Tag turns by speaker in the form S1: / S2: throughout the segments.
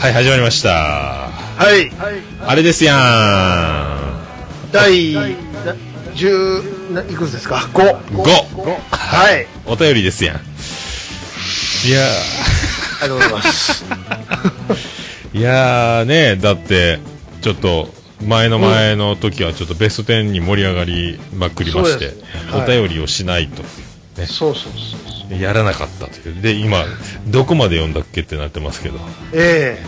S1: はい始まりました
S2: はい、
S1: あれですやん
S2: 第10ないくつですか5
S1: 5
S2: はい
S1: お便りですやんいや
S2: ありがとうございます
S1: ーいやーねだってちょっと前の前の時はちょっとベスト10に盛り上がりまくりまして、
S2: そうですはい
S1: お便りをしないと
S2: そうそうそうそう
S1: やらなかったというで今どこまで読んだっけってなってますけど、は
S2: え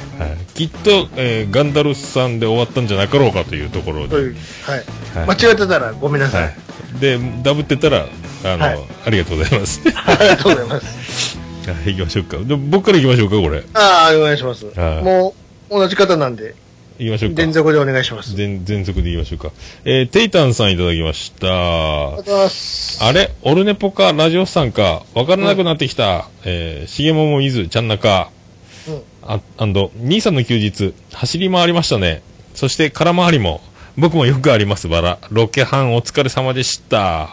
S1: い、きっと、えーガンダルスさんで終わったんじゃなかろうかというところ
S2: え
S1: で、
S2: はい、
S1: はい
S2: 間違えてたらごめんなさい、
S1: はい、でダブってたらあの、
S2: はい
S1: ありがとうございますは
S2: ありがとうござい ます
S1: い 行きましょうかで僕から行きましょうかこれ
S2: ああお願いします、
S1: はい
S2: もう同じ方なんで
S1: 行きましょうか
S2: 連続でお願いしますあり
S1: 全全速で行きましょうかえー、テイタンさんいただきまし
S2: が
S1: た
S2: とうございます
S1: あれオルネポかラジオスさんかわからなくなってきた、えー、しげももいずちゃんなか
S2: うん
S1: あアンド兄さんの休日走り回りましたねそして空回りも僕もよくありますバラロケハンお疲れ様でした
S2: あ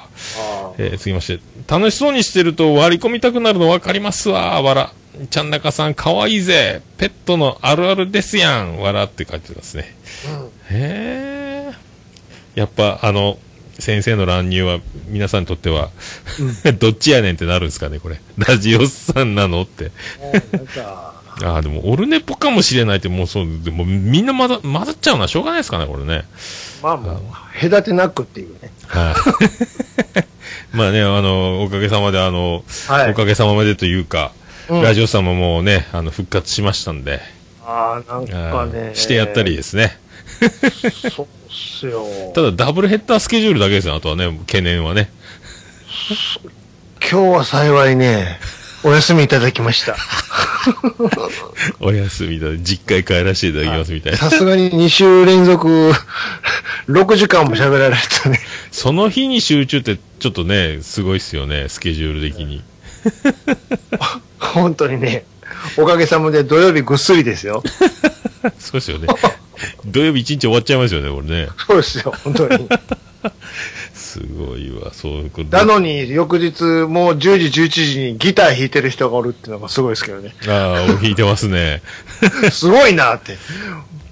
S1: えー、続きまして、楽しそうにしてると割り込みたくなるの分かりますわ、わら。ちゃんなかさん、かわいいぜ。ペットのあるあるですやん、わらって書いてますね。
S2: ーう
S1: へ
S2: ん
S1: え。やっぱ、あの、先生の乱入は、皆さんにとっては、 どっちやねんってなるんですかね、これ。ラジオさんなのって。
S2: もうなんか
S1: ああ、でも、オルネポかもしれないって、もうそう、でもみんなまだ、混ざっちゃうのはしょうがないですかね、これね。
S2: まあもう隔てなくっていうね
S1: はい。まあね、あの、おかげさまで、あの、
S2: はい
S1: おかげさまでというか、
S2: うん
S1: ラジオさんももうね、あの、復活しましたんで、
S2: ああなんか
S1: あー
S2: ね
S1: してやったりですね。
S2: そうっすよ
S1: ただ、ダブルヘッダースケジュールだけですよ、あとはね、懸念は ね。
S2: 今日は幸いね、お休みいただきました。
S1: お休みだ、実家へ帰らせていただきますみたいな。
S2: さすがに2週連続、6時間も喋られたね。
S1: その日に集中って、ちょっとね、すごいっすよね、スケジュール的に。
S2: 本当にね、おかげさまで土曜日ぐっすりですよ。
S1: そうですよ ね。土曜日一日終わっちゃいますよね、これね。
S2: そうですよ、本当に。
S1: すごいわ、そういうこと。
S2: なのに、翌日、もう10時、11時にギター弾いてる人がおるっていうのがすごいですけどね。
S1: ああ、お弾いてます ね。
S2: すごいなって。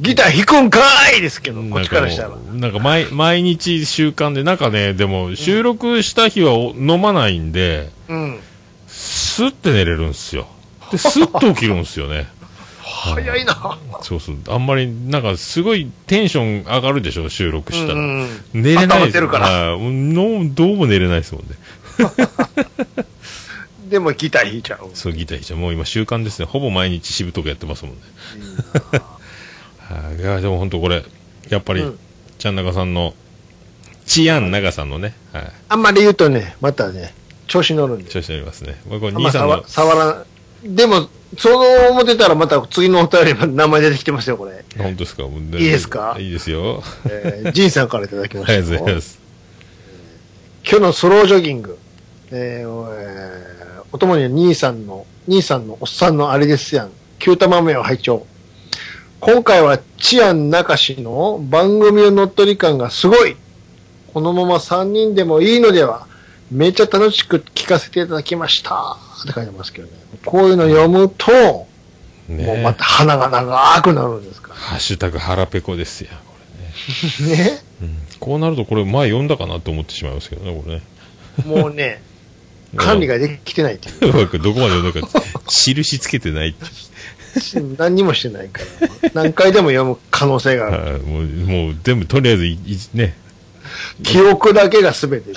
S2: ギター弾くんかーいですけど、こっちからしたら。
S1: なんかなんか毎毎日習慣で、なんかね、でも収録した日はお飲まないんで、
S2: うん。
S1: スッて寝れるんですよ。で、スッと起きるんですよね。
S2: 早いな。
S1: そうそう。あんまり、なんかすごいテンション上がるでしょ、収録したら。
S2: うんうん
S1: 寝れない
S2: 頭出るから
S1: はいのどうも寝れないですもんね。
S2: でもギター弾いちゃう。
S1: そう、ギター弾いちゃうもう今習慣ですね。ほぼ毎日しぶとくやってますもんね。 はいいや、でも本当これ、やっぱり、
S2: うん
S1: ちゃんなかさんの、ちやんなかさんのね、はい。
S2: あんまり言うとね、またね、調子乗るんで。
S1: 調子乗りますね。まあ、これ
S2: あんま
S1: 兄さんの
S2: 触、触らん。でも、そう思ってたらまた次のお便りまで名前出てきてますよ、これ。
S1: 本当ですかもうね
S2: いいですか
S1: いいですよ。
S2: え ー、ジンさんからいただき
S1: あ
S2: ま
S1: り
S2: した
S1: がと
S2: よ。
S1: うございます。
S2: 今日のソロージョギング。えーおえーお供に兄さんの、兄さんのおっさんのあれですやん。旧玉目を拝聴。今回は治安中氏の番組の乗っ取り感がすごい。このまま3人でもいいのでは。めっちゃ楽しく聞かせていただきました。って書いてますけどね。こういうの読むと、 もうま
S1: ね
S2: た鼻が長くなるんですか
S1: ハッシュタグ腹ペコですよ。こ
S2: らね。
S1: れうんこうなるとこれ前読んだかなと思ってしまいますけどね、これね。
S2: もうね、管理ができてないっていう
S1: うまくどこまで読んだか、印つけてないっていう。
S2: 何にもしてないから、何回でも読む可能性がある。
S1: はいもう、もう全部とりあえずい、いね。
S2: 記憶だけが全てっていう。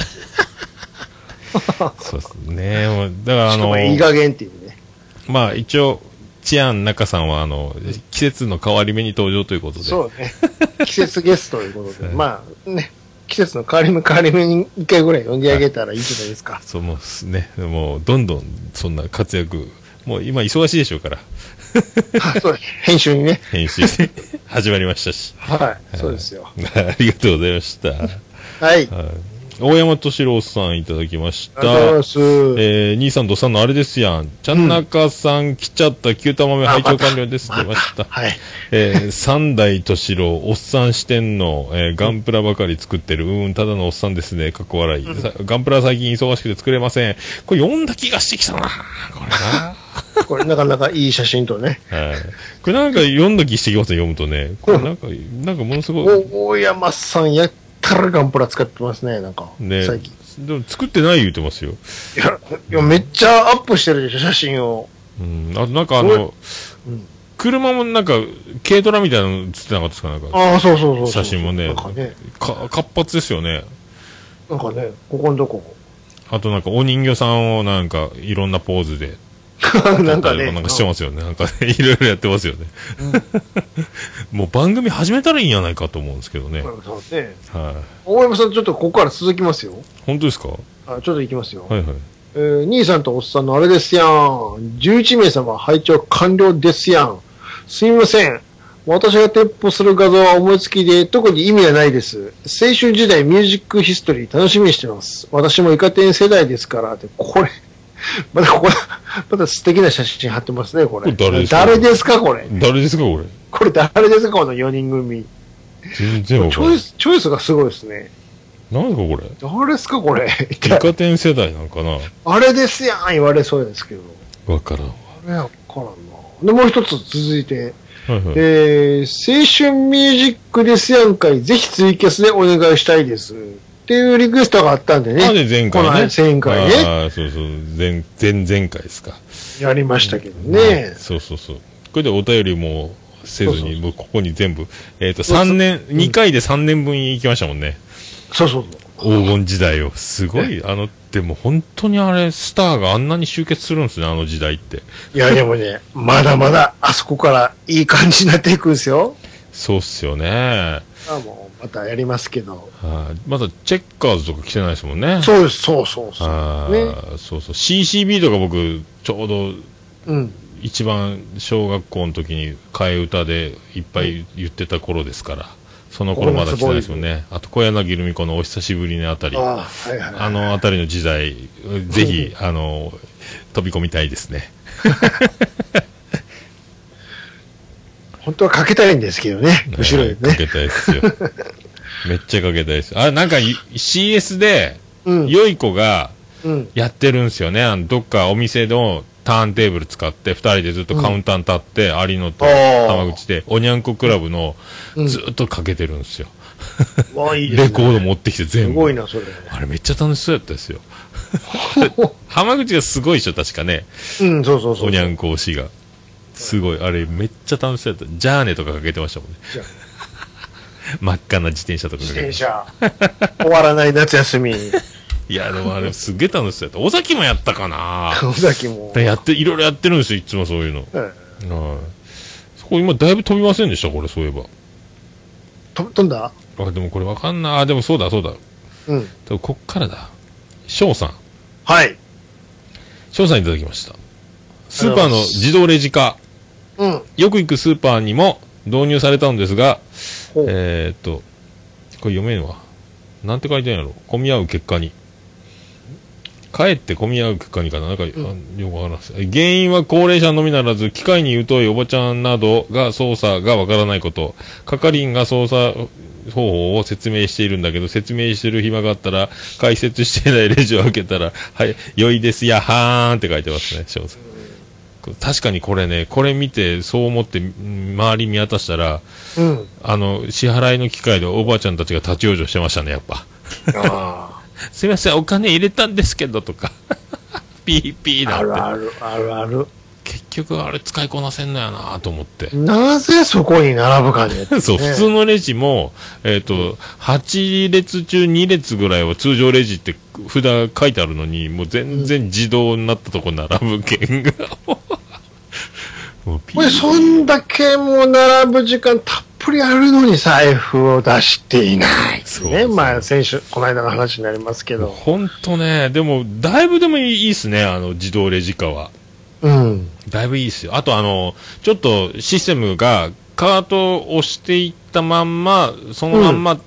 S1: そうですね。もうだからあ
S2: しか
S1: の
S2: も、いい加減っていうね。
S1: まあ一応、チアン中さんはあの、季節の変わり目に登場ということで。
S2: そうね。季節ゲストということで、まあね、季節の変わり目変わり目に一回ぐらい読んであげたらいいじゃないですか。
S1: そうもうすね、もうどんどんそんな活躍、もう今忙しいでしょうから、
S2: そう編集にね。
S1: 編 集して始まりましたし。
S2: はい。そうですよ。
S1: ありがとうございました。はい
S2: はい。あ
S1: 大山敏郎さんいただきまし
S2: りがとう
S1: た
S2: ご。ざいます。
S1: えー、兄さんとさんのあれですやん。ちゃんなかさん来ちゃった、旧玉目拝聴完了です。出ました。
S2: はい。
S1: えー、三代敏郎、おっさん四天王、えー、ガンプラばかり作ってる、うーん、ただのおっさんですね、かっこ笑い。さガンプラ最近忙しくて作れません。これ読んだ気がしてきたな。これな。
S2: これなかなかいい写真とね。
S1: はい。これなんか読んだ気してきますね、読むとね。これなんか、なんかものすごい。
S2: お大山さんやったらガンプラ使ってますね、なんか。
S1: ね
S2: 最近。。
S1: でも作ってない言うてますよ。
S2: いや、いやめっちゃアップしてるでしょ、写真を。
S1: うん。あとなんかあ
S2: すご
S1: の、
S2: うん
S1: 車もなんか、軽トラみたいなの映ってなかったですかなんか。
S2: ああ、そうそうそうそ
S1: 写
S2: う。
S1: 真もね
S2: なんかね、
S1: か活発ですよね。
S2: なんかね、ここのとこ。
S1: あとなんかお人形さんをなんかいろんなポーズで。
S2: なんか ね。
S1: なんかしてますよね。なんかね いろいろやってますよね。 もう番組始めたらいいんやないかと思うんですけどね。
S2: う
S1: はい、
S2: んそうね大山さん、ちょっとここから続きますよ。
S1: 本当ですかは
S2: あちょっと行きますよ。
S1: いはい。
S2: えー兄さんとおっさんのあれですやん。11名様、拝聴完了ですやん。すみません。私が鉄砲する画像は思いつきで、特に意味はないです。青春時代ミュージックヒストリー楽しみにしてます。私もイカ天世代ですから、って、これ、 まだここ、まだ素敵な写真貼ってますね、これ。
S1: これ誰ですか
S2: ですかこれ。
S1: 誰ですかこれ。
S2: これ誰ですかこの4人組。
S1: 全
S2: チ
S1: 然わかんな
S2: ョ
S1: い
S2: イ。ス、チョイスがすごいですね。
S1: なんですかこれ。
S2: 誰ですかこれ。
S1: イカ天世代なんかな
S2: あれですやん言われそうですけど。
S1: わからんわ。
S2: これはからんな。で、もう一つ続いて、
S1: はいはい。
S2: えー、青春ミュージックですやんかい、ぜひツイキャスでお願いしたいです。っていうリクエストがあったんで
S1: まあで
S2: ね、
S1: 前回
S2: この
S1: ね。
S2: 間前回ね
S1: ああ、そうそう。前、前前回ですか。
S2: やりましたけどね。
S1: そうそうそう。これでお便りもせず
S2: そうそう
S1: に、もうここに全部、えっ、と、
S2: そうそう
S1: 3年、
S2: ん
S1: 2回で3年分行きましたもんね。
S2: そうそうそう。
S1: 黄金時代を。すごい、あの、でも本当にあれ、スターがあんなに集結するんですね、あの時代って。
S2: いや、でもね、まだまだあそこからいい感じになっていくんですよ。
S1: そうっすよね。
S2: あもうまたやりますけど。
S1: はい。まだチェッカーズとか来てないですもんね。
S2: そうです、そうそうそう。ね。
S1: はいそうそう。CCB とか僕、ちょうど
S2: うん。
S1: 一番小学校の時に替え歌でいっぱい言ってた頃ですから、その頃まだ来てないですもんね。あと小柳ルミ子のお久しぶりのあたり、
S2: あ
S1: あ
S2: あ、はいはい。
S1: のあたりの時代、ぜひ、あの、飛び込みたいですね。
S2: 本当はかけたいんですけどね、後ろ
S1: はい
S2: で
S1: か
S2: ね。
S1: けたいですよ。めっちゃかけたいです。あ、なんかい CS で、
S2: うん。
S1: 良い子が
S2: うん。
S1: やってるんですよね。あのどっかお店のターンテーブル使って、二人でずっとカウンターに立って、有野と玉口で、おにゃんこクラブの
S2: うん
S1: ずっとかけてるんですよ。
S2: わあ、いいですね。
S1: レコード持ってきて全
S2: す
S1: 部。
S2: ごいな、それ。
S1: あれめっちゃ楽しそうやった ですよ。浜口がすごいでしょ、確かね。
S2: うん、そうそうそう。
S1: おにゃんこ推しが。すごい。あれめっちゃ楽しそうやった。ジャーネとかかけてましたもんね。
S2: じゃあ
S1: 真っ赤な自転車とかか
S2: 自
S1: けて
S2: 転。車。終わらない夏 休み。
S1: いや、でもあれすげえ楽しそうやった。尾崎もやったかな
S2: 尾崎も。
S1: やって、いろいろやってるんですよ、いつもそういうの。
S2: うん
S1: はい。そこ今だいぶ飛びませんでした、これ、そういえ
S2: と飛んだ
S1: ば。あ、でもこれわかんない。あ、でもそうだ、そうだ。
S2: うん。
S1: でもこっからだ。翔さん。
S2: はい。
S1: 翔さんいただきました。スーパーの自動レジ化。
S2: うん。
S1: よく行くスーパーにも導入されたんですが、
S2: ほう
S1: えー、っと、これ読めんわ。なんて書いてんやろ。混み合う結果に。かえって混み合う結果にかな。なんか、あよくわからんす。原因は高齢者のみならず、機械に疎いおばちゃんなどが操作がわからないこと。係員が操作方法を説明しているんだけど、説明してる暇があったら、解説してないレジを開けたら、はい、良いですや、はーんって書いてますね、翔さん確かにこれね、これ見て、そう思って、ん周り見渡したら、
S2: うん。
S1: あの、支払いの機会でおばあちゃんたちが立ち往生してましたね、やっぱ。
S2: あ
S1: すいません、お金入れたんですけど、とか。 ピーピー
S2: あ。ある
S1: なって。
S2: ある、あるある。
S1: 結局、あれ使いこなせんのやなと思って。
S2: なぜそこに並ぶかね。
S1: そう、
S2: ね
S1: 普通のレジも、えっ、と、8列中2列ぐらいは通常レジって札書いてあるのに、もう全然自動になったとこ並ぶ券が、もうピ
S2: これ、そんだけもう並ぶ時間たっぷりあるのに財布を出していない。
S1: そう
S2: ね、まあ、先週、この間の話になりますけど。
S1: ほんとね、でも、だいぶでもいいいいっすね、あの、自動レジ化は。
S2: うん。
S1: だいぶいいっすよ。あと、あの、ちょっとシステムが、カートを押していったまんま、そのまんま、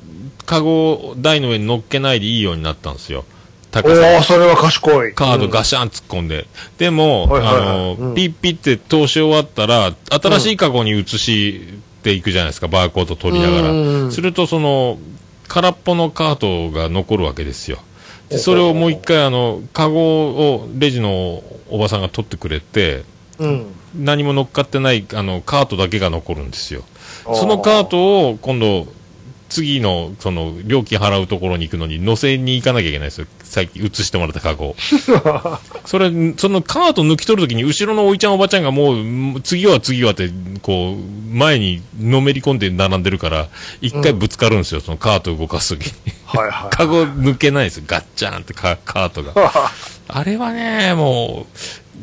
S1: カゴを台の上に乗っけないでいいようになったんですよ。
S2: お
S1: 高さ
S2: おそれは賢い。
S1: カードガ
S2: シ
S1: シャン突っ込んで。でも、
S2: はいはいはい
S1: あの、
S2: うん
S1: ピッピって通し終わったら、新しいカゴに移していくじゃないですか、バーコード取りながら。
S2: うん
S1: すると、その、空っぽのカートが残るわけですよ。で、
S2: ほう
S1: それをもう一回、あの、カゴをレジのおばさんが取ってくれて、
S2: うん。
S1: 何も乗っかってないあのカートだけが残るんですよそのカートを今度次のその料金払うところに行くのに乗せに行かなきゃいけないんですよさっき移してもらったカゴ をそれそのカート抜き取るときに後ろのおいちゃんおばちゃんがもううん次は次はってこう前にのめり込んで並んでるから一回ぶつかるんですよ、そのカート動かすときに
S2: はいはい。
S1: カゴ抜けないんですよガッチャンってカカートがあれはね、も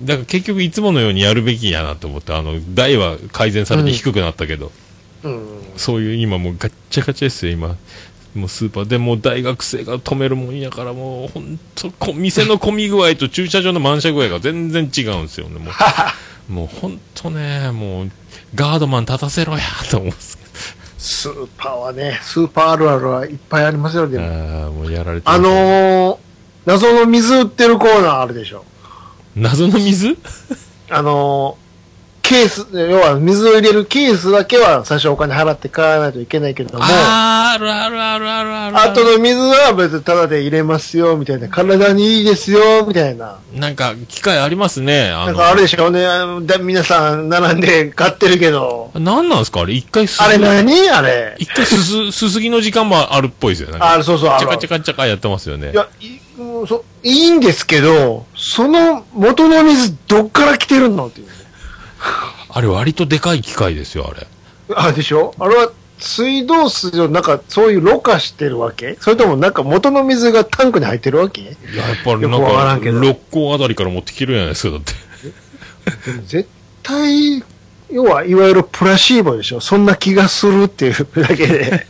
S1: う、だから結局いつものようにやるべきやなと思って、あの、台は改善されて低くなったけど、
S2: うん。
S1: そういう今もうガッチャガチャですよ、今。もうスーパーでもう大学生が止めるもんやからもう本当こ店の混み具合と駐車場の満車具合が全然違うんですよねも うもう本当ねもうガードマン立たせろやと思うんですけ
S2: スーパーはね、スーパーあるあるはいっぱいありますよ、で
S1: ど
S2: も。
S1: ああもうやられてる
S2: あのー、謎の水売ってるコーナーあるでしょ。
S1: 謎の水あ
S2: あのー、ケース、要は水を入れるケースだけは最初お金払って買わないといけないけれども、
S1: あーあるあるあるあるある
S2: あとの水は別にタダで入れますよ、みたいな。体にいいですよ、みたいな。
S1: なんか機会ありますねあ
S2: な
S1: の
S2: んかあるでしょうね。あのだ皆さん並んで買ってるけど。
S1: なんなんですかあれ一回す
S2: あれ何あれ。
S1: 一回すす、すすぎの時間もあるっぽいですよね。
S2: あ、そうそう、あ
S1: チャ
S2: る
S1: カチャカチャカやってますよね
S2: い。や、いもうそいいんですけど、その元の水どっから来てるのっていうね。
S1: あれ割とでかい機械ですよ、あれ。
S2: あ、でしょあれは水道水をなんかそういうろ過してるわけそれともなんか元の水がタンクに入ってるわけ
S1: いややっぱりなん
S2: よくわから
S1: か、
S2: んけど
S1: 六甲あたりから持ってきてるじゃないですか、だって。
S2: 絶対、要はいわゆるプラシーボでしょそんな気がするっていうだけで。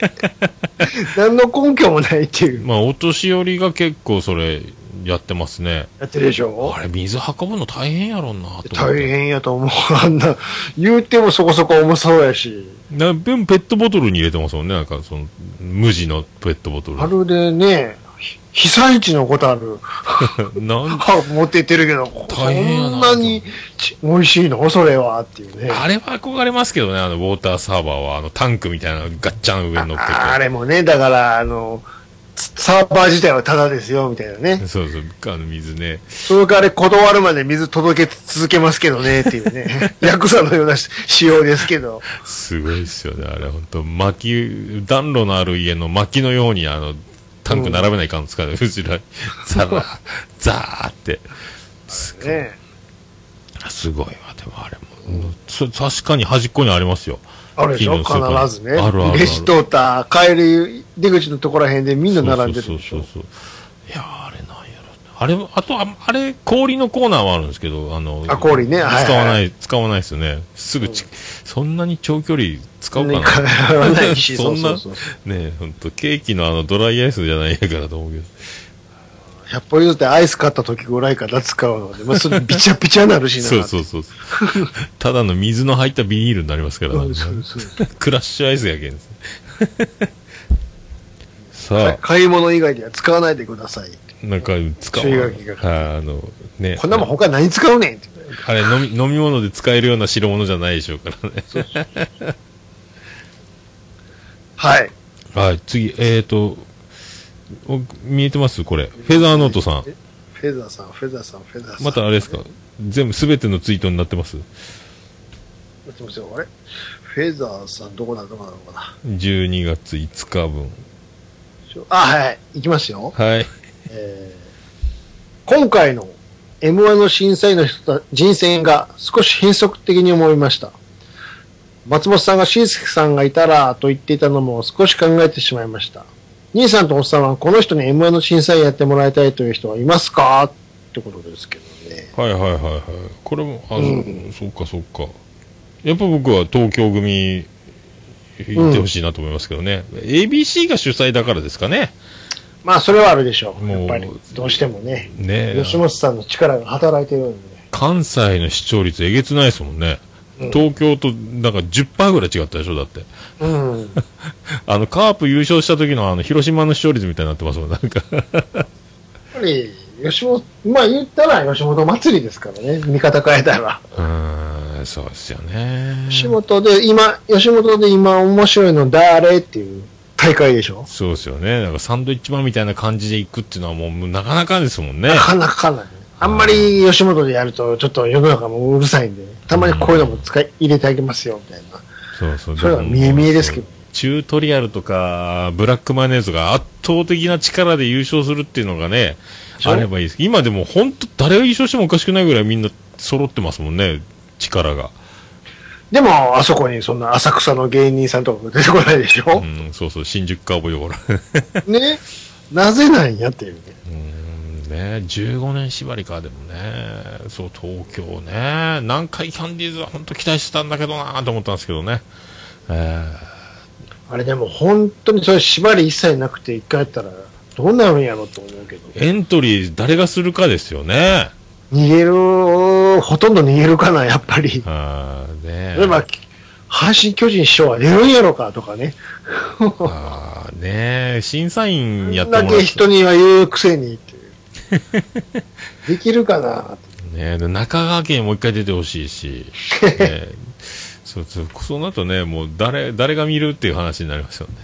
S2: 何の根拠もないっていう。
S1: まあ、お年寄りが結構それ、やってますね。
S2: やってるでしょ
S1: あれ、水運ぶの大変やろうな、と思って。
S2: 大変やと思う。あんな、言うてもそこそこ重そうやし。
S1: な。でもペットボトルに入れてますもんね、なんか、その、無地のペットボトル。
S2: まるでね、ひ被災地のことある。
S1: なん
S2: 歯を持ってってるけど、そ
S1: 大変やなん
S2: なにち美味しいのそれはっていうね。あ
S1: あれは憧れますけどね、あの、ウォーターサーバーは、あの、タンクみたいなのガッチャン上に乗っけて。
S2: あれもね、だから、あの、つサーバー自体はタダですよ、みたいなね。
S1: そうそう、あの水ね。
S2: それからあれ断るまで水届け続けますけどね、ってい うね。ヤクザのようなし仕様ですけど。
S1: すごいですよね、あれ、本当薪、暖炉のある家の薪のように、あの、タンク並べないかんですから、う ちら、ザラ、ザーって。すごい。
S2: ね。
S1: すごいわ、でもあれも。そ確かに端っこにありますよ。
S2: あるでしょ
S1: 近所のスーパー
S2: 必ずね。
S1: あるあるある
S2: レジ通った帰り出口のところら辺でみんな並んでる
S1: そ
S2: で
S1: う
S2: し
S1: そう
S2: ょ。
S1: そうそう。いやー、あれなんやろ。あれ、あと、ああれ、氷のコーナーはあるんですけど、あの、
S2: あ氷ね
S1: 使
S2: はいはい
S1: わない、使わないですよね。すぐち、そんなに長距離使うかな。
S2: ね通わ ない し
S1: そんな、
S2: そうそう
S1: ねえ、ほんと、ケーキのあの、ドライアイスじゃないやからと思うけど。
S2: 100歩譲ってアイス買った時ぐらいから使うので、まあ、それびちゃびちゃになるしな。
S1: そうそうそう。ただの水の入ったビニールになりますから、
S2: うん そうそう。
S1: クラッシュアイスやけん です。さあ、
S2: 買い物以外では使わないでください。
S1: なんか、使
S2: 注意
S1: う
S2: 書きが。
S1: ああの、ね。
S2: こんなもん他何使うねんって。
S1: あれ飲み、飲み物で使えるような代物じゃないでしょうからね。
S2: はい。
S1: はい、次、えーと、お見えてますこれ。フェザーノートさん。
S2: フェザーさん、フェザーさん、フェザーさん。
S1: またあれですか全部、すべてのツイートになってます
S2: 待ってますよあれフェザーさん、どこだ、どこだ、どこだ。
S1: ?12 月5日分。
S2: ちょあ、はい。いきますよ。
S1: はい。
S2: えー今回の M1 の審査員の人た人選が少し変則的に思いました。松本さんが新助さんがいたらと言っていたのも少し考えてしまいました。兄さんとおっさんはこの人に M1 の審査員やってもらいたいという人はいますかってことですけどね。
S1: はいはいはいはい。これも、あの、
S2: う
S1: そっかそっか。やっぱ僕は東京組、行ってほしいなと思いますけどね。ABC が主催だからですかね。
S2: まあそれはあるでしょう。
S1: もう
S2: やっぱりどうしてもね。
S1: ねえ
S2: 吉本さんの力が働いてるんでね。
S1: 関西の視聴率えげつないですもんね。
S2: うん
S1: 東京と、なんか10%ぐらい違ったでしょだって。
S2: うん。
S1: あの、カープ優勝した時のあの、広島の視聴率みたいになってますもん、なんか。
S2: やっぱり、吉本、まあ言ったら吉本祭りですからね、見方変えたら。
S1: うーん、そうですよね。
S2: 吉本で今、吉本で今面白いの誰っていう大会でしょ
S1: そうですよね。なんかサンドイッチマンみたいな感じで行くっていうのはもう、なかなかですもんね
S2: な。かなかない。あんまり吉本でやると、ちょっと世の中もうるさいんで、たまにこういうのも使い入れてあげますよ、みたいな。
S1: そうそう。
S2: それは見え見えですけど。
S1: チュートリアルとか、ブラックマヨネーズが圧倒的な力で優勝するっていうのがね、
S2: そう
S1: あればいいです。今でも本当、誰が優勝してもおかしくないぐらいみんな揃ってますもんね、力が。
S2: でも、あそこにそんな浅草の芸人さんとか出てこないでし
S1: う
S2: ょ、
S1: ん、そうそう、新宿か覚えてごらん。
S2: ねなぜなんやっていうね。
S1: うんね、15年縛りか、でもね、そう、東京ね、南海キャンディーズは本当期待してたんだけどなと思ったんですけどね。えー
S2: あれでも本当にそれ縛り一切なくて一回やったら、どうなるんやろと思うけど。
S1: エントリー誰がするかですよね。
S2: 逃げる、ほとんど逃げるかな、やっぱり。
S1: あーね
S2: 例えば、阪神巨人師匠は出るんやろかとかね。
S1: あーね審査員や
S2: こ
S1: っ
S2: ん
S1: てもら
S2: だ
S1: っ
S2: け人には言うくせにっていう。できるかなって
S1: ねで中川家にもう一回出てほしい し、ね、そうそうそうなるとねもう誰誰が見るっていう話になりますよね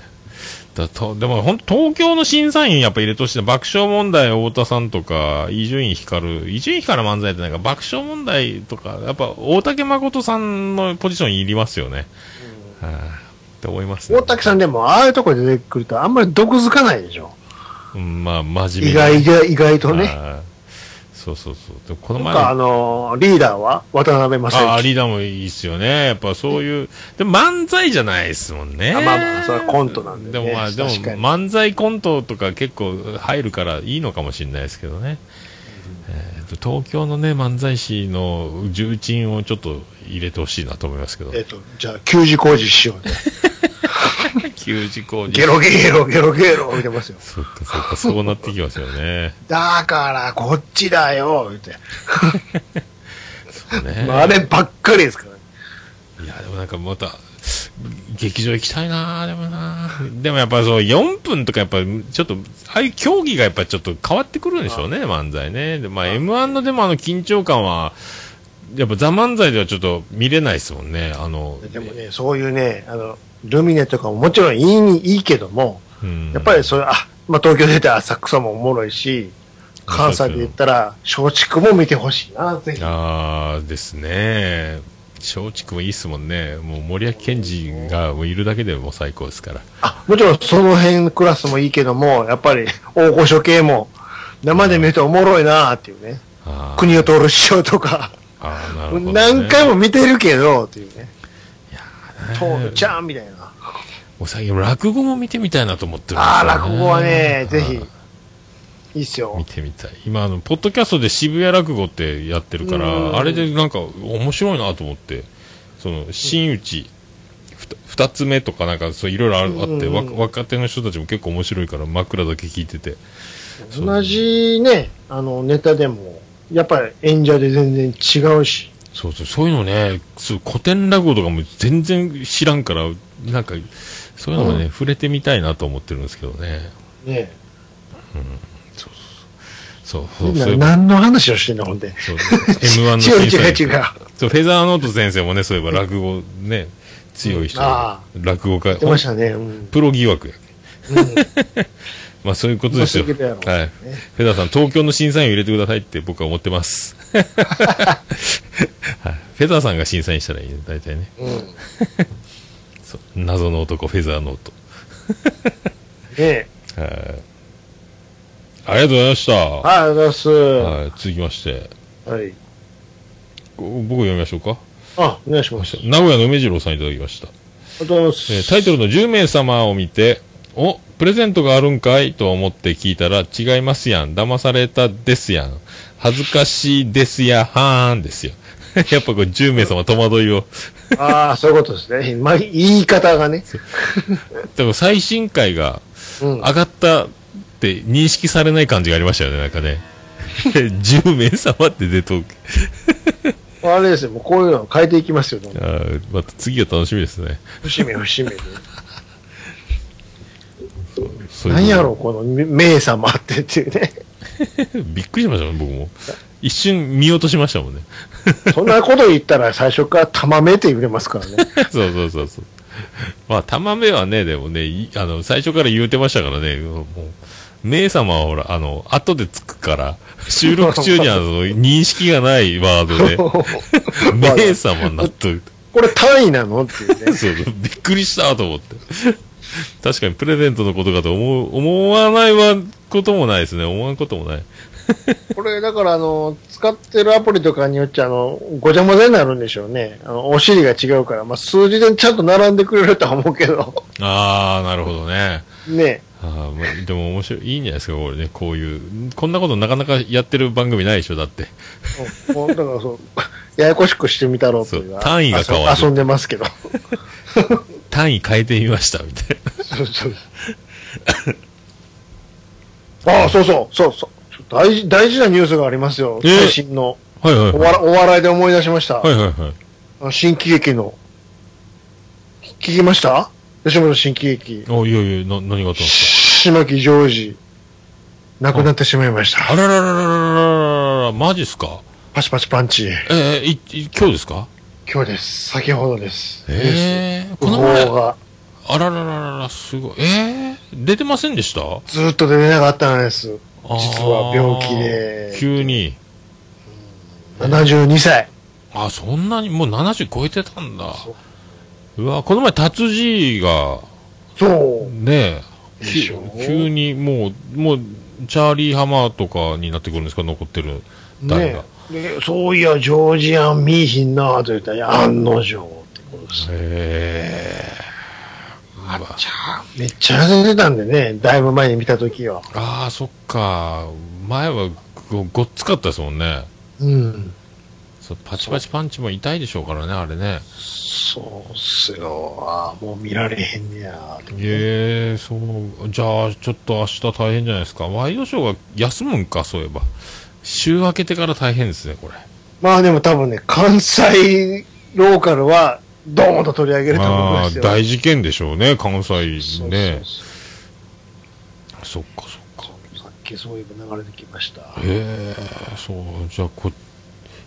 S1: だとでも本当東京の審査員やっぱ入れてほしいな爆笑問題太田さんとか伊集院光伊集院光漫才ってなんか爆笑問題とかやっぱ大竹誠さんのポジションにいりますよね、はいって思いますね
S2: 大竹さんでも、ああいうとこ出てくるとあんまり毒づかないでしょ。
S1: うんまあ真面目
S2: 意
S1: に
S2: 外が、意外とね。
S1: はいそうそうそうでもこの
S2: なん
S1: 前
S2: かあの、リーダーは渡辺
S1: あ
S2: 正
S1: あ
S2: 行。
S1: リーダーもいいっすよね。やっぱそういう、でも漫才じゃないですもんね。
S2: あまあまあそれはコントなんでね
S1: でもまあ、でも
S2: 確かに
S1: 漫才コントとか結構入るからいいのかもしれないですけどね。えーと東京のね、漫才師の重鎮をちょっと入れてほしいなと思いますけど
S2: え。っと、じゃあ、給仕工事師匠で。
S1: 給仕工事
S2: ゲ。ロゲロゲロゲロ言ってますよ。
S1: そっかそっか、そうなってきますよね。
S2: だから、こっちだよ言って。
S1: そうね。
S2: まあ、あればっかりですからね。
S1: いや、でもなんかまた、劇場行きたいなでもなでもやっぱそう、4分とかやっぱ、ちょっと、ああいう競技がやっぱちょっと変わってくるんでしょうね、漫才ね。で、まあ M1 のでもあの緊張感は、やっぱザ・漫才ではちょっと見れないですもんね、あの、
S2: でもね、そういうね、あの、ルミネとかももちろんいいにいいけども、
S1: うん
S2: やっぱりそれ、あ、まあ、東京出たら浅草もおもろいし、関西で言ったら松竹も見てほしいな、ぜひ。
S1: あーですね。松竹もいいっすもんね。もう森脇健児がもういるだけでもう最高ですから。
S2: あ、もちろんその辺のクラスもいいけども、やっぱり大御所系も生で見るとおもろいなっていうね。
S1: あー
S2: 国を通る師匠とか、
S1: あーなるほどね、
S2: 何回も見てるけど、っていうね。
S1: ね
S2: 徹ちゃんみたいな。
S1: もう最近落語も見てみたいなと思ってるんですよ
S2: ああ、落語はね、ぜひ
S1: あー、
S2: いいっすよ
S1: 見。てみたい。今、あの、ポッドキャストで渋谷落語ってやってるか
S2: うん
S1: ら、あれでなんか面白いなと思って、その、真打ち、ふた二つ目とかなんか、そういろいろあるあって、
S2: うん
S1: わ若手の人たちも結構面白いから、枕だけ聞いてて。そう
S2: 同じね、あの、ネタでも、やっぱり演者で全然違うし、
S1: そうそう、そういうのね、そう古典落語とかも全然知らんから、なんか、そういうのもね、触れてみたいなと思ってるんですけどね。
S2: ね。
S1: そう、そ
S2: み
S1: う、
S2: ん
S1: そうい
S2: な
S1: えば
S2: 何の話をしてんの、ほんで。
S1: そう M1 の
S2: 違う
S1: 審査
S2: 違う
S1: 員
S2: 違う。
S1: そう、フェザーノート先生もね、そういえば落語ね、強い人
S2: うんあ、
S1: 落語家
S2: 出、ましたね。うん。
S1: プロ疑惑や。
S2: うん
S1: まあそういうことですよ。は
S2: ま
S1: い。
S2: あそういうことやろうね
S1: フェザーさん、東京の審査員を入れてくださいって僕は思って ます。はい、フェザーさんが審査員したらいいね、大体ね。
S2: うん。ね
S1: そう謎の男、フェザーノー
S2: え。
S1: ト。はい。ありがとうございました。は
S2: ありがとうございます。
S1: い。続きまして、
S2: はい。
S1: こ僕読みましょうか。
S2: あ、お願いします。あ
S1: 名古屋の梅次郎さんいただきました。
S2: りがとうござい
S1: え
S2: ま
S1: ー
S2: す。
S1: タイトルの10名様を見て、お、プレゼントがあるんかいと思って聞いたら、違いますやん。騙されたですやん。恥ずかしいですや、はーんですよ。 やっぱこれ10名様戸惑いを。
S2: ああ、そういうことですね。まあ、言い方がね。
S1: でも最新回が
S2: うん。
S1: 上がったって認識されない感じがありましたよね、なんかね。10名様って出とく。
S2: あれですよ。もうこういうのを変えていきますよ。どんどん
S1: あーまた次が楽しみですね。
S2: 節目節目で。
S1: そういう
S2: 何やろう、このめ、名様ってっていうね。
S1: びっくりしましたね、僕も。一瞬見落としましたもんね。
S2: そんなこと言ったら最初から玉目って言れますからね。
S1: そうそうそうそう。まあ、玉目はね、でもね、いあの、最初から言うてましたからね、もう、名様はほら、あの、後でつくから、収録中にあの、認識がないワードで、姉様になっとる。
S2: これ単位なのっていうね。
S1: そう、びっくりしたと思って。確かにプレゼントのことかと思う、思わないわこともないですね。思わんこともない。
S2: これ、だから、あの、使ってるアプリとかによっちゃ、あの、ごちゃ混ぜになるんでしょうね。あの、お尻が違うから、まあ、数字でちゃんと並んでくれるとは思うけど、
S1: あー、なるほどね。
S2: ね。
S1: あーまあ、でも面白い、いいんじゃないですか、これね。こういう、こんなことなかなかやってる番組ないでしょ、だって。
S2: うんもうだからそう、ややこしくしてみたろうというのは
S1: そう単位が変わる
S2: 遊んでますけど。
S1: 単位変えてみました、みたいな。
S2: そう そう。ああ、そうそう、そうそう。ちょっと大事、大事なニュースがありますよ。
S1: えー
S2: 最新の
S1: はいはい
S2: お
S1: はい。
S2: わ。お笑いで思い出しました。
S1: はいはいはい。
S2: あの新喜劇の。聞きました吉本新喜劇。
S1: あ、いやいや、な、何があったんです
S2: 島木ジョージ、亡くなってしまいました。
S1: かあらららららららら、マジっすか
S2: パチパチパンチ。
S1: えー、い、い今日ですか
S2: 今日です。先ほどです。
S1: えー、
S2: ニュース
S1: この
S2: 訃
S1: 前
S2: 報、が
S1: あららららら、すごい。えー、出てませんでした
S2: ずっと出れなかったんです。実は病気
S1: あ
S2: で
S1: ー急に。
S2: 72歳。
S1: あ、そんなに、もう70超えてたんだ
S2: そ。
S1: うわ、この前、達じが、
S2: そう。
S1: ねえ、
S2: で
S1: き
S2: しょ
S1: 急にもう、もう、チャーリーハマーとかになってくるんですか、残ってる誰が。
S2: ねでそういや、ジョージアン見いひんなと言ったらいや、案の定ってことですね。
S1: へえ。うわ
S2: めっちゃ痩せてたんでね、だいぶ前に見たときは。
S1: ああ、そっか。前はご、ごっつかったですもんね。
S2: うん。
S1: そうパチパチパンチも痛いでしょうからね、あれね。
S2: そうっすよ。ああ、もう見られへんねやって
S1: ええそう。じゃあ、ちょっと明日大変じゃないですか。ワイドショーが休むんか、そういえば。週明けてから大変ですね、これ。
S2: まあでも多分ね、関西ローカルは、ドーンと取り上げると思い
S1: ま
S2: ま
S1: あ、
S2: すよ。
S1: 大事件でしょうね、関西
S2: そうそうそう
S1: ね。そっか、そっか。
S2: さっきそういえば流れてきました。
S1: へえ、そう。じゃあ、こ、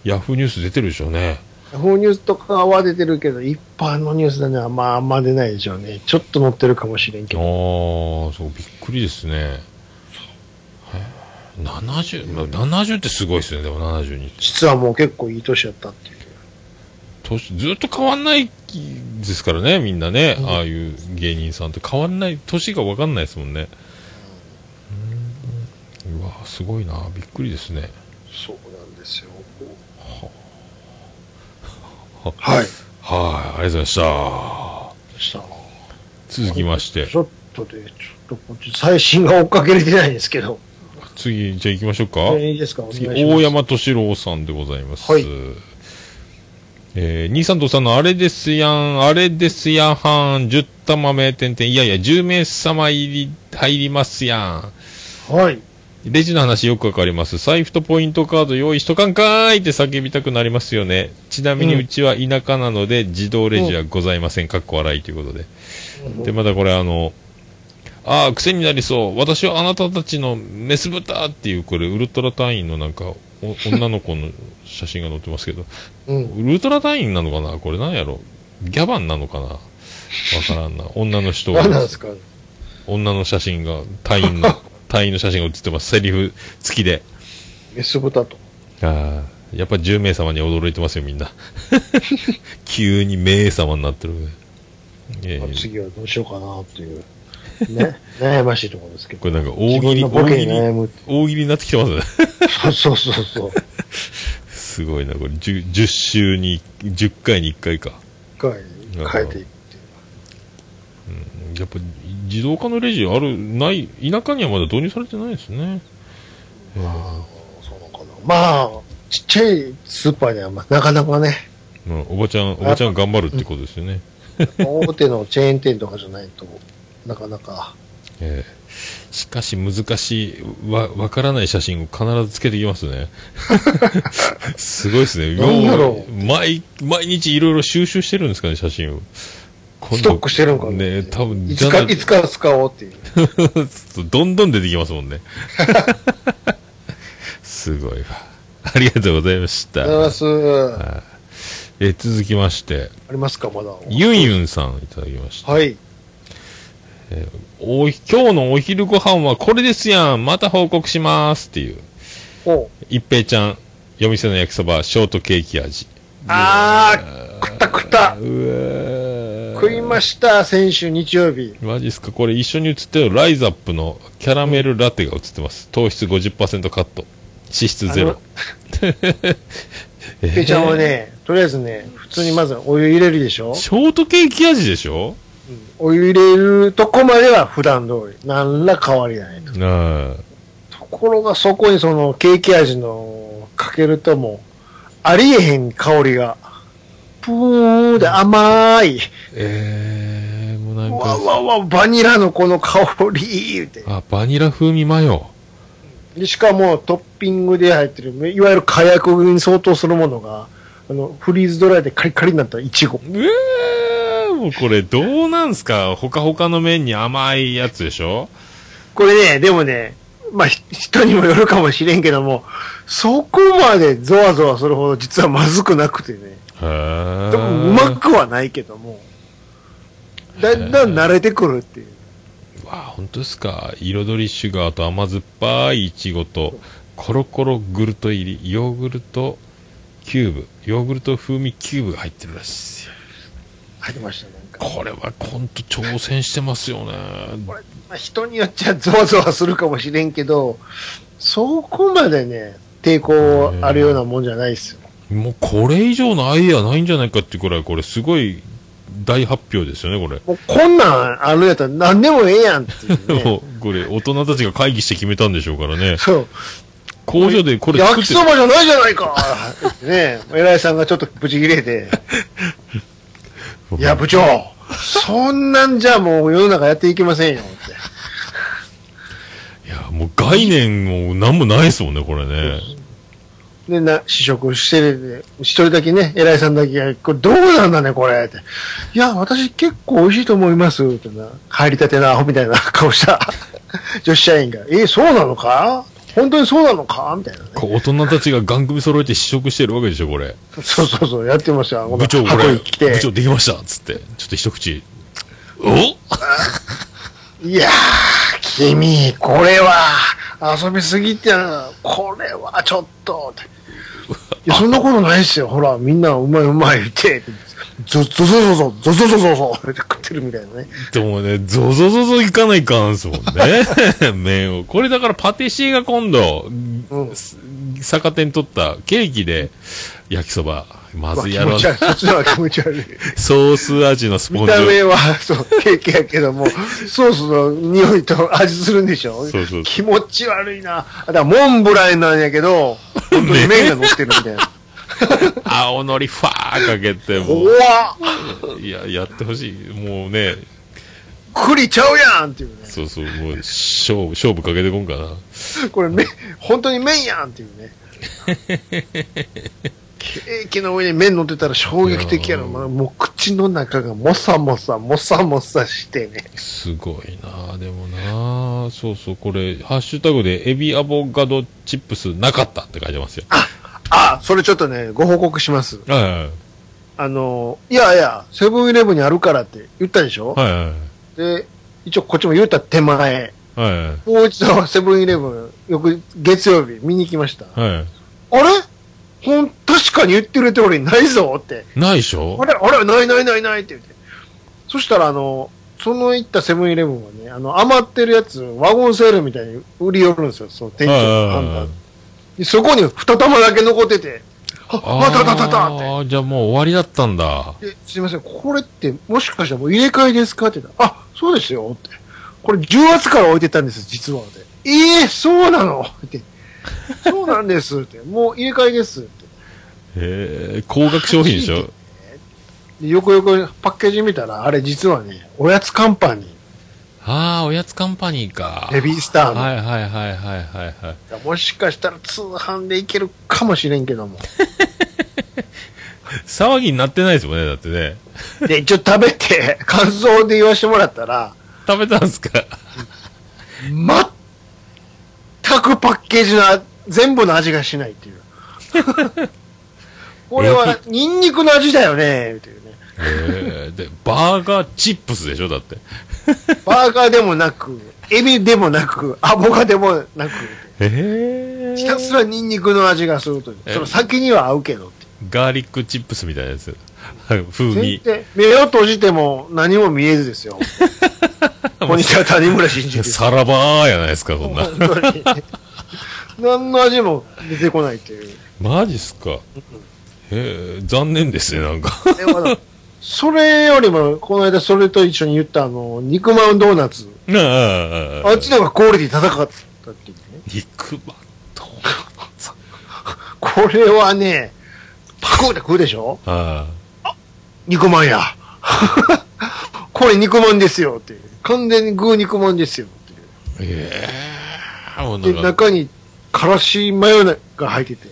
S1: ヤフーニュース出てるでしょうね。
S2: ヤフーニュースとかは出てるけど、一般のニュースだね、はまああんま出ないでしょうね。ちょっと載ってるかもしれんけ
S1: あ
S2: ど。
S1: あ、そう、びっくりですね。へえ70、まあ70ってすごいですね、でも72って。
S2: 実はもう結構いい年だったっていう。
S1: 年ずっと変わんないですからね、みんなね、
S2: うん
S1: ああいう芸人さんって変わんない、年が分かんないですもんね。うーんうわ、すごいな、びっくりですね。
S2: そうなんですよ。
S1: は
S2: はい。
S1: はい、ありがとうございました。
S2: した
S1: 続きまして
S2: ち、ょっとで、ちょっとこっち最新が追っかけれてないんですけど。
S1: 次、じゃあ行きましょうか。
S2: いいですかお願いし
S1: 次、
S2: ます。
S1: 大山敏郎さんでございます。
S2: はい
S1: えー、兄さんとさんのあれですやん、あれですやんはん、10玉目、点々、いやいや、10名様入り、入りますやん。
S2: はい。
S1: レジの話よくわかります。財布とポイントカード用意しとかんかーいって叫びたくなりますよね。ちなみに
S2: うん
S1: うちは田舎なので自動レジはございません。かっこ笑いということで。で、まだこれあの、ああ、癖になりそう。私はあなたたちのメス豚っていう、これウルトラ隊員のなんか、お女の子の写真が載ってますけど、
S2: うん。
S1: ウルトラ隊員なのかなこれなんやろギャバンなのかなわからんな。女の 人が
S2: 何なんですか
S1: 女の写真が、隊員 の、隊員の写真が写ってます。セリフ付きで。
S2: メス豚と。
S1: ああ、やっぱ10名様には驚いてますよ、みんな。 急に名様になってる。えー
S2: 次はどうしようかなっていう。ね。 悩ましいところですけ
S1: こ
S2: ど。
S1: れなんか大喜
S2: 自分
S1: 利、
S2: のボ
S1: 大
S2: ケ
S1: 喜
S2: に悩
S1: 利、
S2: む。
S1: 大喜利になってきてますね。
S2: そうそうそうそう。
S1: すごいな、これ10、10週に、10回に1回か。
S2: 一回変えていくっていう。
S1: うんやっぱ自動化のレジある、ない、田舎にはまだ導入されてないですね。
S2: そうなのかな。まあ、ちっちゃいスーパーにはまあなかなかね、
S1: うん、おばちゃん、おばちゃん頑張るってことですよね。
S2: 大手のチェーン店とかじゃないと、 なかなか。
S1: えーしかし難しい、わ、わからない写真を必ずつけてきます ね。すごいですね。
S2: なんだろう
S1: もう毎、毎日いろいろ収集してるんですかね、写真を。
S2: ストックしてるんかな
S1: ね多分、
S2: いつか、いつか使お うっていう。
S1: どんどん出てきますも んね。すごいわ。ありがとうございまし
S2: ありがとうござい
S1: た
S2: ま。す。
S1: えー続きまして、
S2: ありますか、まだ。
S1: ユンユンさんいただきました。
S2: はい。
S1: お今日のお昼ご飯はこれですやん。また報告しますっていう。
S2: おおう
S1: 一平ちゃん、夜店の焼きそば、ショートケーキ味。
S2: あー、食った食った
S1: うえ
S2: 食いました、先週日曜日。
S1: マジっすかこれ一緒に映ってるライザップのキャラメルラテが映ってます。糖質50%カット。脂質ゼ
S2: あ
S1: ロ
S2: の。
S1: え
S2: ペイちゃんは
S1: ー
S2: ね、とりあえずね、普通にまずお湯入れるでしょ
S1: ショートケーキ味でしょ
S2: お湯入れるとこまでは普段通り。何ら変わりない。
S1: あ
S2: ところがそこにそのケーキ味のかけるともう、ありえへん香りが。ぷーんで甘い。
S1: えー、もうな
S2: うんわう
S1: か、
S2: わうわ、バニラのこの香りって。
S1: あ、バニラ風味マヨ。
S2: でしかもトッピングで入ってる、いわゆる火薬に相当するものが、あの、フリーズドライでカリカリになったイチゴ。
S1: うえー、もうこれどうなんすかほかほかの麺に甘いやつでしょ
S2: これね、でもね、まあ、ひ人にもよるかもしれんけども、そこまでゾワゾワするほど実はまずくなくてね。
S1: へー
S2: でもうまくはないけども、だんだん慣れてくるっていう。
S1: わあ本当ですか彩りシュガーと甘酸っぱいいちごとコロコログルト入りヨーグルトキューブヨーグルト風味キューブが入ってるらしいですよ
S2: 入ってました、なんか。
S1: これは本当挑戦してますよね
S2: まあ、人によっちゃゾワゾワするかもしれんけど、そこまでね、抵抗あるようなもんじゃないですよ。
S1: もうこれ以上のアイデアないんじゃないかってくらいこれすごい大発表ですよねこれ
S2: もうこんなんあるやったら何でもええやんってい う、ね。
S1: もうこれ大人たちが会議して決めたんでしょうからね
S2: そう。
S1: 工場でこれ作
S2: 焼
S1: っ
S2: き
S1: て
S2: そばじゃないじゃないかってね、 偉いさんがちょっとブチ切れて。いや、部長、そんなんじゃもう世の中やっていけませんよって。
S1: いやもう概念も何もないですもんねこれね
S2: で、な、試食してる、一人だけね、偉いさんだけが、これどうなんだね、これって。いや、私結構美味しいと思います、ってな。入りたてのアホみたいな 顔した女子社員が、え、そうなのか本当にそうなのかみたいなね。
S1: こう大人たちがガン首揃えて試食してるわけでしょこれ
S2: そうそうそう、やってました。
S1: 部長、こ
S2: 箱
S1: れ、
S2: に来て。
S1: 部長できましたっつって、ちょっと一口。お
S2: いやー、君、これは、遊びすぎてる、これはちょっと、っていや、そんなことないっすよ。ほら、みんなうまいうまいって、ゾゾゾゾゾ、ゾゾゾゾゾ、って食ってるみたいなね。
S1: でもね、ゾゾゾゾいかないかんすもんね。 麺を。これだからパティシエが今度、
S2: うん。
S1: 逆手に取ったケーキで焼きそば、まずいや
S2: 気
S1: ろ
S2: 持ち悪い。そっちの方が気持ち悪い。
S1: ソース味のスポ
S2: 見
S1: ンジ
S2: た。目は、そう、ケーキやけども、ソースの匂いと味するんでしょ
S1: そうそう
S2: 気持ち悪いな。あだから、モンブランなんやけど、本当に麺が乗ってるみた いな。
S1: 青のりファーかけて、も
S2: 怖
S1: う、
S2: っ
S1: いや、やってほしい。もうね、
S2: 栗ちゃうやんっていうね。
S1: そうそう、もう、勝負、勝負かけてこんかな。
S2: これ、め、本当に麺やんっていう ね。ケーキの上に麺乗ってたら衝撃的やろ。
S1: いやー
S2: まあ、もう口の中がもさもさ、もさもさしてね。
S1: すごいなあでもなあそうそう、これ、ハッシュタグで、エビアボカドチップスなかったって書いてますよ。
S2: あ、それちょっとね、ご報告します。
S1: はいはい
S2: あの、いやいや、セブンイレブンにあるからって言ったでしょ、
S1: はい。はい
S2: で、一応こっちも言った手前。
S1: はい。はいはい
S2: もう一度セブンイレブン、よく月曜日見に行きました。あ
S1: は
S2: れほん、確かに言ってる通りないぞって。
S1: い。ないでしょ
S2: あれあれないないないないって言って。そしたら、あの、その行ったセブンイレブンはね、あの、余ってるやつ、ワゴンセールみたいに売り寄るんですよ、その店長の判
S1: はいはいは
S2: 断でそこに二玉だけ残ってて、あ、あたたたたって。
S1: あーじゃあもう終わりだったんだ。
S2: えすいません、これって、もしかしたらもう入れ替えですかって言ったら、あ、そうですよって。これ10月から置いてたんです、実は。でええそうなのって。そうなんですって。もう入れ替えですって。
S1: へえ、高額商品でしょ
S2: でよくよくパッケージ見たら、あれ実はね、おやつカンパニ
S1: ああ、おやつカンパニーか
S2: ー、。ベビースターの。
S1: はいはいはいはいはいはい。
S2: もしかしたら通販でいけるかもしれんけども。
S1: 騒ぎになってないですもんね、だってね。
S2: で、一応食べて、 感想で言わせてもらったら、
S1: 食べたんす か
S2: 全くパッケージのあ全部の味がしないっていう。 これはニンニクの味だよね、っていうね。
S1: へえ、で、バーガーチップスでしょだって。
S2: バーガーでもなく、エビでもなく、アボカでもなく、
S1: へえ。
S2: ひたすらニンニクの味がするという。
S1: え
S2: その先には合うけどって。
S1: ガーリックチップスみたいなやつ。 風
S2: 全
S1: 味。
S2: 然、目を閉じても何も見えずですよ。こんにちは、谷村新司です。
S1: さらばーやないですか、こんな。
S2: 本当に。何の味も出てこないという。
S1: マジっすか。へえ、残念ですね、 なんか。
S2: でもあのそれよりも、この間それと一緒に言ったあの、肉まんドーナツ。
S1: なあ
S2: あっちの方がクオリティ高かったっていうね。
S1: 肉まんと。
S2: これはね、パクって食うでしょ
S1: あ
S2: 肉まんや。 これ肉まんですよっていう。完全に具肉まんですよっていう。
S1: あ。ええ。もう
S2: で、
S1: なんか、
S2: 中に、からしマヨネが入ってて、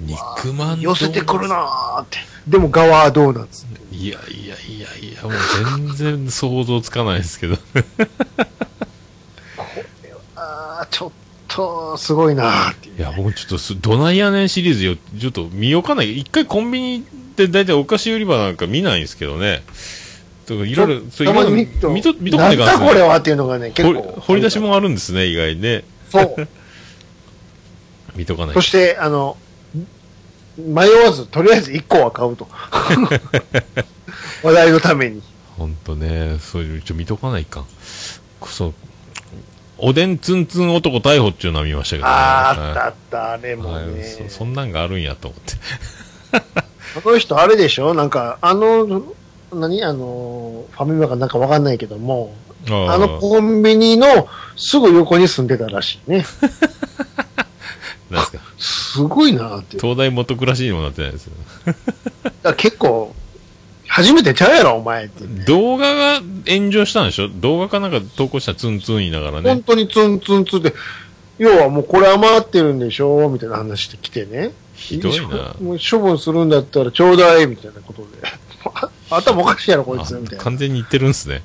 S1: 肉まん
S2: 寄せてくるなーって。でも、ガワードーナツって。
S1: いやいやいやいや、もう全然想像つかないですけど。
S2: あー、ちょっと、すごいなーっていう。
S1: いや、僕ちょっとす、どないやねんシリーズよ、ちょっと見ようかない。一回コンビニで大体お菓子売り場なんか見ないんですけどね。とかいろいろ、そうい
S2: た
S1: ろ
S2: ま
S1: い
S2: に
S1: ろ
S2: 見と、
S1: 見と、見とかないか
S2: なんだこれはっていうのがね、結構。
S1: 掘り出しもあるんですね、意外にね。
S2: そう。
S1: 見とかない
S2: そ。 して、あの、迷わず、とりあえず1個は買 うと。話題のために。
S1: ほんとね、そういう、ちょ、見とかないかん。こそ、おでんつんつん男逮捕っていうのは見ましたけどね。
S2: あー、あ
S1: は
S2: っ
S1: い
S2: たあった、あれも
S1: はい
S2: ね。
S1: そそんなんがあるんやと思って。
S2: この人あれでしょなんか、あの、何あの、ファミマかなんかわかんないけども、
S1: あ
S2: あの
S1: ー
S2: コンビニのすぐ横に住んでたらしいね。
S1: なんですか。
S2: すごいなって。だか
S1: 東大元暮らしにもなってないですよ。
S2: ら結構、初めてちゃうやろ、お前って、ね。
S1: 動画が炎上したんでしょ動画かなんか投稿したらツンツン言いながら
S2: 本
S1: ね。
S2: 当にツンツンツンって、要はもうこれ余ってるんでしょみたいな話してきてね。
S1: ひどいな。
S2: もう処分するんだったらちょうだいみたいなことで。 あ頭おかしいやろ、こいつ。みたい
S1: あ
S2: な。
S1: 完全に言ってるんですね。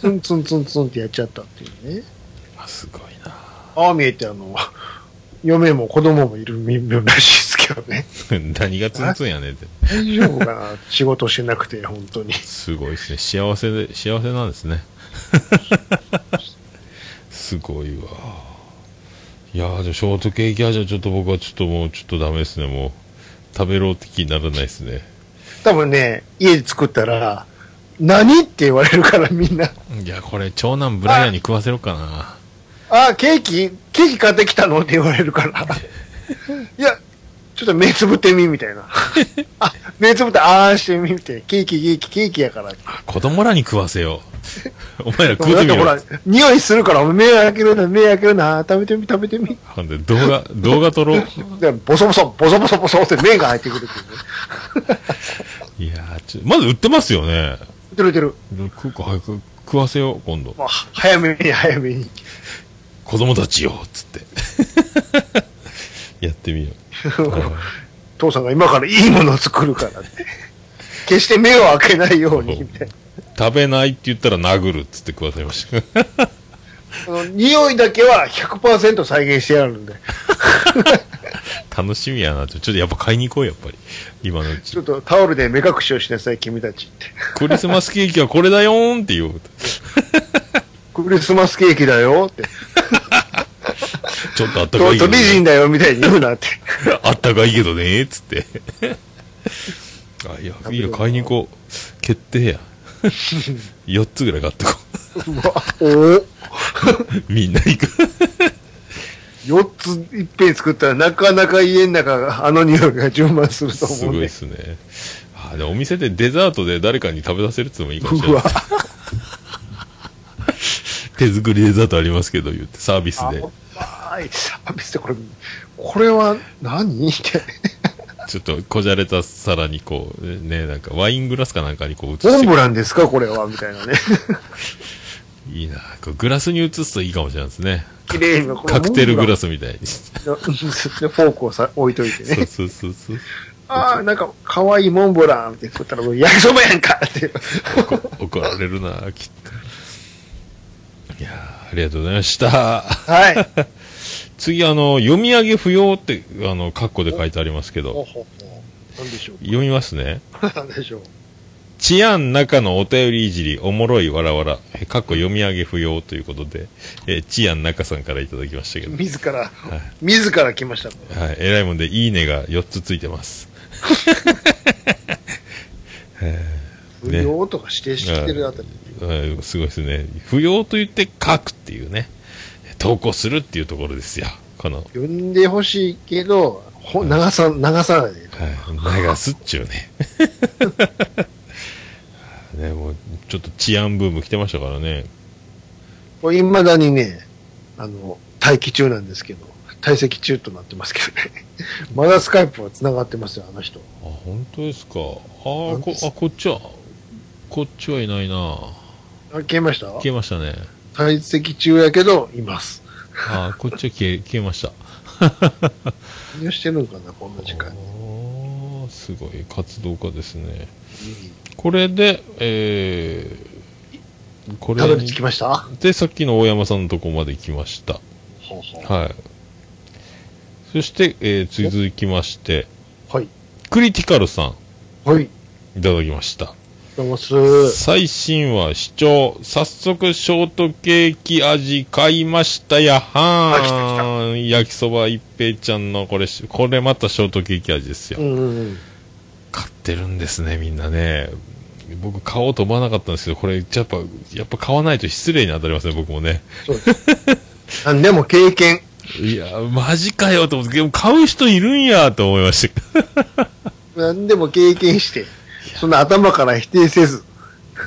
S2: ツンツンツンツンってやっちゃったっていうね。
S1: あすごい
S2: ああ見えて、あの、 嫁も子供もいるみみらしいですけどね。
S1: な。 何がツンツンやねんって。
S2: 大丈夫かな仕事してなくて、本当に。
S1: すごいですね。幸せで、幸せなんですね。 すごいわ。いやー、じゃあショートケーキ味はちょっと僕はちょっともうちょっとダメですね。もう、食べろって気にならないですね。
S2: 多分ね、家で作ったら、何って言われるからみんな、
S1: いや、これ長男ブライアンに食わせろかな。
S2: ああ、ケーキ、ケーキ買ってきたのって言われ るから。いや、ちょっと目つぶってみ、み たいな。あ、目つぶって、ああしてみ、みたいな。ケーキ、ケーキ、ケーキやから。
S1: 子供らに食わせよう。お前ら食う
S2: だ
S1: て
S2: っ
S1: みろ
S2: てほ。ら、匂いするから、目開けるな、目開けるな、食べてみ、食べてみ。
S1: ほんで動画、動画撮ろう。
S2: で、ボソボソ、ボソボソボソって目が入ってくるっていうね。
S1: いやーちょまず売ってますよね。
S2: 売ってる売ってる。
S1: 食うか早く食わせよう、今度。
S2: もう早めに早めに。
S1: 子供たちよ、つって。 やってみよう。はい
S2: 父さんが今からいいものを作 るからって。決して目を開けないように、みたいな。
S1: 食べないって言ったら殴るっつって食わせました。
S2: その匂いだけは100%再現してやるんで、
S1: 楽しみやなと。ちょっとやっぱ買いに行こう、やっぱり。今のう
S2: ち
S1: ち
S2: ょ。っとタオルで目隠しをしなさい、君たちって。
S1: クリスマスケーキはこれだよーんって言おう。
S2: クリスマスケーキだよって。
S1: ちょっとあったか
S2: と
S1: いけど、
S2: 美人
S1: ね。
S2: だよみたいに言 うなって。
S1: あったかいけどねー、つって。 あ、いや、いいよ、買いに行こう。決定 や。4つぐらい買ってこ
S2: うわお
S1: う。みんな行く。
S2: 4ついっぺん作ったらなかなか家の中があの匂いが充満すると
S1: す
S2: 思う
S1: ごい
S2: ね
S1: で。すね。あでもお店でデザートで誰かに食べさせるっていうのもいいかもしれ
S2: う
S1: な
S2: わ
S1: い。手作りデザートありますけど、言って、サービスで。
S2: 甘いサービスでこれ、これは何って。
S1: ちょっとこじゃれた皿にこう、ね、なんかワイングラスかなんかにこう移
S2: モ
S1: し
S2: ンブ
S1: て、
S2: ランですかこれはみたい なね。
S1: いいな。こうグラスに移すといいかもしれないですね。
S2: 綺麗に。これ
S1: カクテルグラ
S2: モ
S1: スみたいに。 そ
S2: ンブランの。でフォークをさ置いといてね
S1: う。そうそうそう。
S2: ああ、なんか、可愛いモンブランって作ったら、もう焼きそばやんかって。
S1: 怒られるな、きっと。いやーありがとうございました。
S2: はい。
S1: 次、あの、読み上げ不要って、あの、カッコで書いてありますけ
S2: ほ
S1: ど、
S2: ほほ。なんでしょう。
S1: 読みますね。
S2: なんでしょう。
S1: 治安中のお便りいじり、おもろいわらわら、えかっこ読み上げ不要ということで、えー、治安中さんからいただきましたけど、
S2: 自ら、自ら来ました。
S1: はい、えらいもんで、いいねが4つついてます。
S2: 不良とか指定してるあたり。
S1: えーすごいですね。不要と言って書くっていうね、投稿するっていうところですよ。この、
S2: 呼んでほしいけど、ほ流さ、流さないで。
S1: はい、流すっちゅうね。 ね、もう、ちょっと治安ブーム来てましたからね。
S2: これ未だにね、あの、待機中なんですけど、退席中となってますけどね。 まだスカイプは繋がってますよ、あの人。
S1: あ、本当ですか。あー
S2: なんで
S1: こ、
S2: す
S1: あ、こっちは、こっちはいないな
S2: あ消えました
S1: 消えましたね。
S2: 退席中やけど、います。
S1: あー、こっちは消え、消えました。
S2: 何をしてるのかな、こんな時間に。
S1: ああ、すごい活動家ですね。これで、えー、こ
S2: た
S1: れ
S2: ど
S1: に
S2: り着きましたは
S1: で、さっきの大山さんのとこまで来ました。
S2: い。
S1: はい。そして、えー続きまして、
S2: はい。
S1: クリティカルさ
S2: は
S1: ん、
S2: い。
S1: いただきました。
S2: どうもすー。
S1: 最新話、視聴、早速、ショートケーキ味買いましたやは
S2: あ来た
S1: ーん。焼きそば一平ちゃんの、これ、これまたショートケーキ味ですよ。
S2: うんうんうん。
S1: 買ってるんですね、みんなね。僕、買おうと思わなかったんですけど、これ、やっぱ、やっぱ買わないと失礼に当たりますね、僕もね。
S2: そうです。 何でも経験。
S1: いや、マジかよと思って、でも買う人いるんやと思いました。
S2: 何でも経験して、そんな頭から否定せず。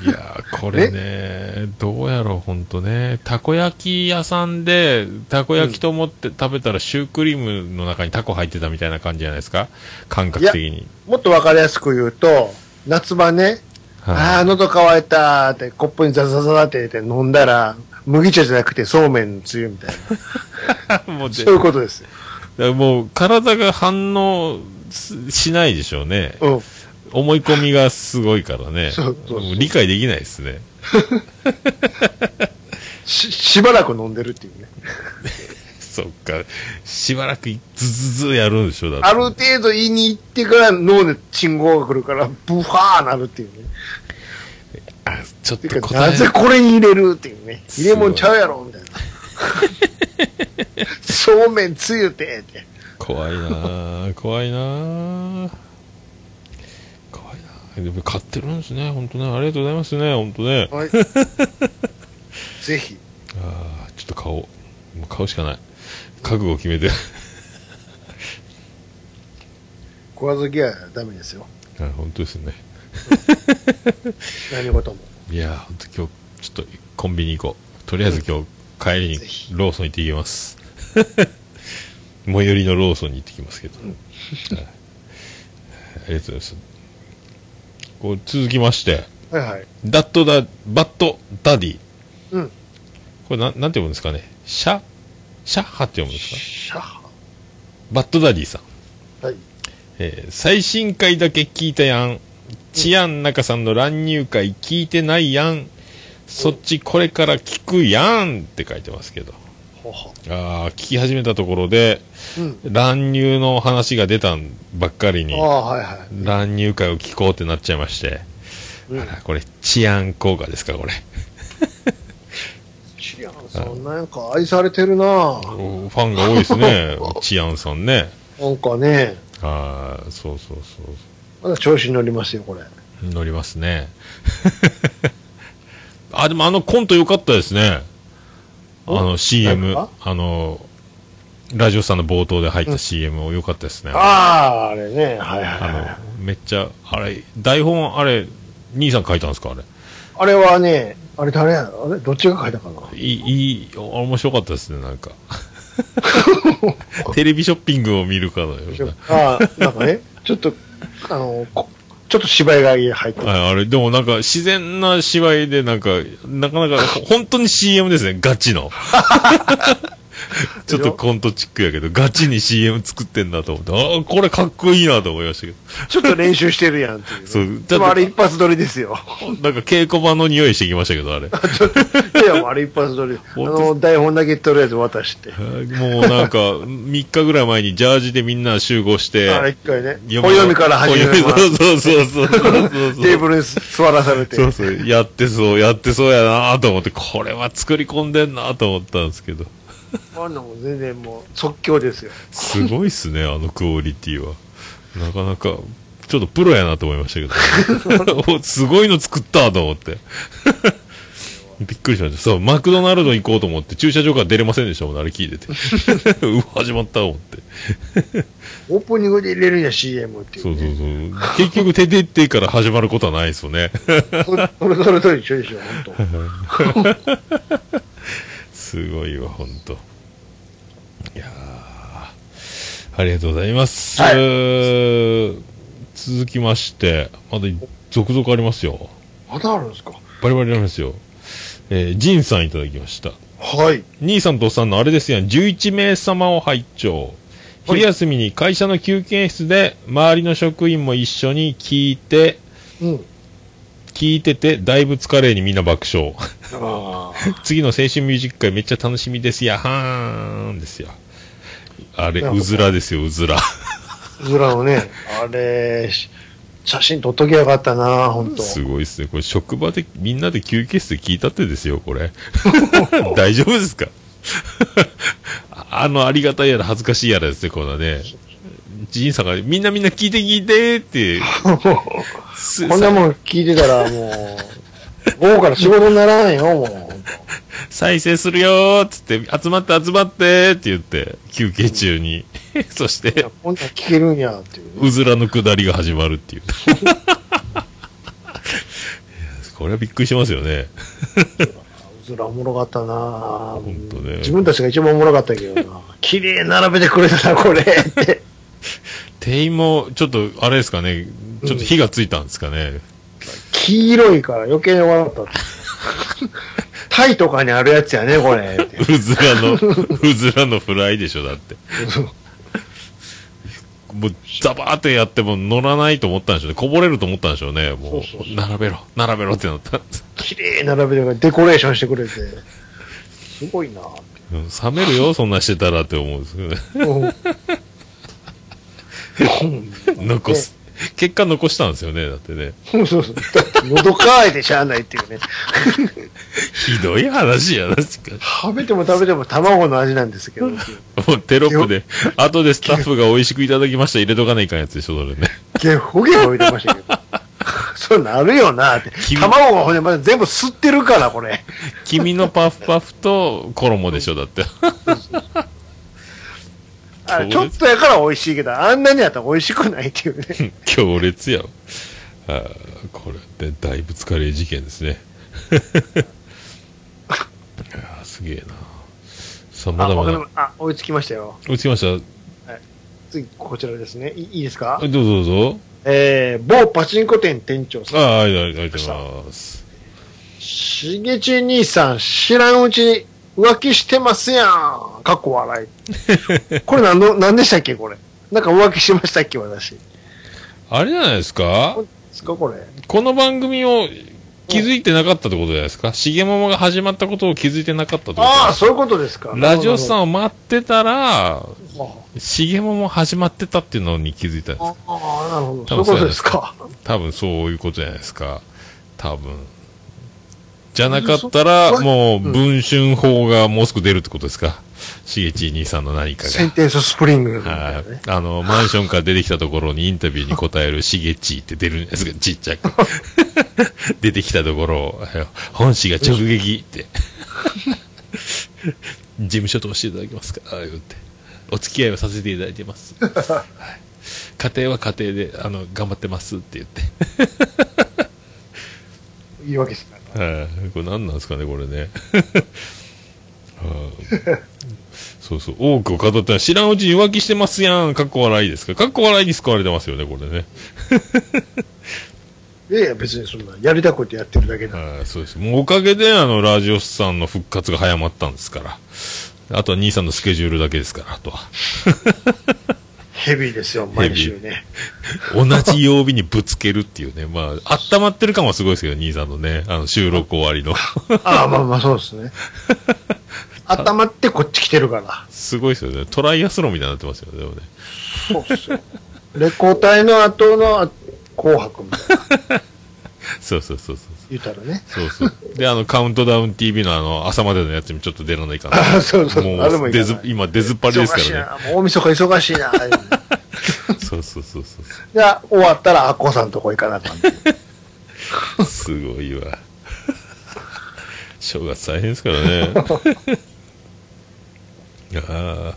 S1: いやー、これね、どうやろう、ほんとね。たこ焼き屋さんで、たこ焼きと思って食べたら、シュークリームの中にタコ入ってたみたいな感じじゃないですか感覚的に。
S2: もっとわかりやすく言うと、夏場ね、ああ、
S1: い
S2: 喉乾いたーって、コップにザザザザって入れて飲んだら、麦茶じゃなくてそうめんのつゆみたいな。
S1: もうで
S2: そういうことですよ。
S1: だからもう、体が反応すしないでしょうね。
S2: うん。
S1: 思い込みがすごいからね。
S2: そうそうそう
S1: も理解できないですね。
S2: し、しばらく飲んでるっていうね。
S1: そっか。しばらくずずずやるんでしょ、だって。
S2: ある程度胃に行ってから脳で信号が来るから、ブハーなるっていうね。
S1: あちょってと
S2: か、
S1: 答
S2: な
S1: え
S2: ぜこれに入れるっていうね。入れ物ちゃうやろみ たいな。そうめんつゆてって。
S1: 怖いなぁ怖いなぁ怖いなぁでも買ってるんですね本当ねありがとうございますね本当ね
S2: はい。ぜひ。
S1: あーちょっと買おうもう買うしかない覚悟を決めて
S2: 食わず嫌いはダメですよ。
S1: あ本当ですね
S2: 何事も。
S1: いやー本当今日ちょっとコンビニ行こうとりあえず今日帰りに
S2: ぜひ
S1: ローソン行ってきます 最寄りのローソンに行ってきますけど、はいありがとうございますこう続きまして
S2: はいはい。
S1: ダットダ、バットダディ。
S2: うん。
S1: これなん、なんて読むんですかねシャ、シャッハって読むんですか
S2: シャハ。
S1: バットダディさん。
S2: はい。
S1: えー最新回だけ聞いたやん。治安中さんの乱入会聞いてないやん。そっちこれから聞くやんって書いてますけど。
S2: ほほ。
S1: ああ、聞き始めたところで、
S2: うん。
S1: 乱入の話が出たばっかりに
S2: あ、あ、はいはい。
S1: 乱入会を聞こうってなっちゃいまして。
S2: うん
S1: あらこれ治安効果ですか、これ。
S2: 知らん、そんななんか愛されてるなぁ
S1: おファンが多いですね、治安さんね。
S2: なんかね、
S1: ああ、そうそうそう。
S2: まだ調子に乗りますよ、これ。
S1: 乗りますね。 あ、でもあのコント良かったですね。あの CM
S2: 何が、
S1: あの、ラジオさんの冒頭で入った CM 良かったですね。あ
S2: ああ、あれね。はいはいはい。あ
S1: の、めっちゃ、あれ、台本、あれ、兄さん書いたんですかあれ。
S2: れはね、あれ誰やあれどっちが書いたかない
S1: い、いい、お面白かったですね、なんか。テレビショッピングを見るかのような。
S2: ああ、なんかね、ちょっと、あの、こちょっと芝居が入ってる。
S1: はい、あれ、でもなんか自然な芝居でなんか、なかなか、ほ本当に CM ですね、ガチの。ちょっとコントチックやけど、ガチに CM 作ってんだと思って、ああ、これかっこいいなと思いましたけど。
S2: ちょっと練習してるやんっていう。
S1: そう
S2: でもあれ一発撮りです よ。
S1: なんか稽古場の匂いしてきましたけど、 あれ。
S2: いや、あれ一発撮り。あ
S1: 本当で
S2: の、台本だけとりあえず渡して。
S1: もうなんか、3日ぐらい前にジャージでみんな集合して、
S2: あれ一回ね。本読みから始め
S1: 本読
S2: ま
S1: みそうそうそうそうそうそうそう。
S2: テーブルに座らされて。
S1: そうそう、やってそう、やってそうやなと思って、これは作り込んでんなと思ったんですけど、
S2: あんなもん全然もう即興ですよ。
S1: すごいっすね、 あのクオリティは。なかなか、ちょっとプロやなと思いましたけど、おすごいの作ったと思って。 びっくりしました。そう、マクドナルド行こうと思って、駐車場から出れませんでしたもん、あれ聞いてて。 うわ、始まったと思って。
S2: オープニングで入れるんや CM ってい
S1: そううそう
S2: ね。
S1: そう。結局、手で行ってから始まることはないですよね。
S2: それそれそれと一緒でしょ、本
S1: すごいわ、ほんと。いやーありがとうございます。
S2: はい
S1: えー続きまして、まだ続々ありますよ。
S2: 当。まだあるんですか
S1: バリバリありますよ。えー、ジンさんいただきました。
S2: はい。
S1: 兄さんとおっさんのあれですやん、11名様を拝聴。
S2: はい
S1: 昼休みに会社の休憩室で、周りの職員も一緒に聞いて、
S2: うん。
S1: 聞いてて、だいぶ疲れにみんな爆笑。
S2: あ
S1: 次の青春ミュージック会めっちゃ楽しみですやはーんですよあれ
S2: なるほ
S1: う
S2: ど
S1: ずらですようずら
S2: あ。ずらのね、あれ、し写真撮っときゃよかったな、本当。
S1: すごいっすねこれ職場でみんなで休憩室で聞いたってですよこ れ大丈夫ですか ああのありがたいやら恥ずかしいやらですねこんなねジンさんがみんなみんな聞いて聞いてってす
S2: こんなもん聞いてたらもう、午後から仕事にならないよ、もう。
S1: 再生するよーっつって集まって集まってって言って休憩中に そして
S2: いやこんなん聞けるんや、っていうね。
S1: うずらの下りが始まるっていう。 いやこれはびっくりしますよね。
S2: うずらおもろかったな
S1: ほんとね
S2: 自分たちが一番おもろかったけどな綺麗に並べてくれたな、これ。って。
S1: 店員も、ちょっと、あれですかね、ちょっと火がついたんですかね。
S2: 黄色いから余計に笑った。タイとかにあるやつやね、これ。って
S1: うずらの、うずらのフライでしょ、だって。もう、ザバーってやっても乗らないと思ったんでしょうね。こぼれると思ったんでしょうね。もう、
S2: そうそうそう
S1: 並べろ、並べろってなったんです。
S2: 綺麗に並べてくれて、デコレーションしてくれて。すごいなって
S1: うん冷めるよ、そんなしてたらって思うんですけど ね。
S2: うん
S1: 残す。結果残したんですよね、だってね。
S2: そうそうそう。だって 喉乾いてしゃあないっていうね。
S1: ひどい話やな、しかし
S2: 食べても食べても卵の味なんですけど。
S1: もうテロップで、後でスタッフが美味しくいただきました入れとかないかんやつでしょ、それね。
S2: ゲホゲホ言ってましたけど。そうなるよなって。
S1: 君
S2: 卵がほんでまだ全部吸ってるから、これ。
S1: 君のパフパフと衣でしょ、だって。
S2: あれち
S1: 強
S2: ょ
S1: 烈
S2: っとやから美味しいけど、あんなにやったら美味しくないっていうね。
S1: 強烈やわあーこれってだいぶ疲れ事件ですね。 いやーすげえな。さあ、ま
S2: あ、
S1: だま
S2: わかり
S1: だ
S2: ま。あ、追いつきましたよ。
S1: 追いつきました。
S2: 次、こちらですね。いいいですか
S1: どうぞどうぞ。
S2: えー、某パチンコ店店長さん。
S1: ああ、ありがとうありがとうございます。
S2: しげち兄さん、知らんうちに浮気してますやん。かっこ笑 い。これなんの、なんでしたっけこれ。なんか浮気しましたっけ私。
S1: あれじゃないですか
S2: ですかこれ。
S1: この番組を気づいてなかったってことじゃないですか重桃が始まったことを気づいてなかったってこと
S2: ああ、そういうことですか。
S1: ラジオさん
S2: ん。
S1: を待ってたら、
S2: あ
S1: しげもも始まってたっていうのに気づいたんです。
S2: あ、なるほど。
S1: 多
S2: そ
S1: 分
S2: ういうことですか。
S1: 多分そういうことじゃないですか。多分。じゃなかったら、
S2: そ
S1: もう、
S2: うん
S1: 文春法がもうすぐ出るってことですか。しげち兄さんの何か
S2: センテンススプリング
S1: が。
S2: みたいな
S1: は
S2: ね。
S1: い。あの、マンションから出てきたところにインタビューに答えるしげちって出るんですか、ちっちゃ く。出てきたところを、本誌が直撃って。事務所通していただけますかああ言って。お付き合いをさせていただいてます。はい、家庭は家庭で、あの、頑張ってますって言って。
S2: いいわけですから。
S1: はい、これ何なんですかね、これね。 はいそうそう、多くを語ったら知らんうちに浮気してますやん、かっこ笑いですか。かっこ笑いに救われてますよね、これね。
S2: いやいや、別にそんな、やりたくてやってるだけだ。
S1: はい、そうです。もうおかげで、あの、ラジオスさんの復活が早まったんですから。あとは兄さんのスケジュールだけですから、あとは。
S2: ヘビーですよ、毎週ね。
S1: 同じ曜日にぶつけるっていうね。まあ、温まってる感はすごいですけど、兄さんのね、あの、収録終わりの。
S2: ああ、まあまあ、そうです ね。頭ってこっち来てるから。
S1: すごいですよね。トライアスロンみたいになってますよね、でもね。
S2: そうっすよ。 レコ隊の後のあ紅白みたいな
S1: そうそうそうそう。
S2: 言うたらね。
S1: そうそう。で、あの、カウントダウン TV のあの、朝までのやつにちょっと出らないかな。
S2: あ そうそうあれも
S1: もう、
S2: い
S1: 出
S2: らない
S1: ず、今出ずっぱりです
S2: 忙しい
S1: から
S2: な。もう大晦日忙しい な。
S1: ね。そうそうそうそ
S2: じゃあ、終わったらアッコさんのとこ行かなあかん。
S1: う。すごいわ。正月大変ですからね。 あ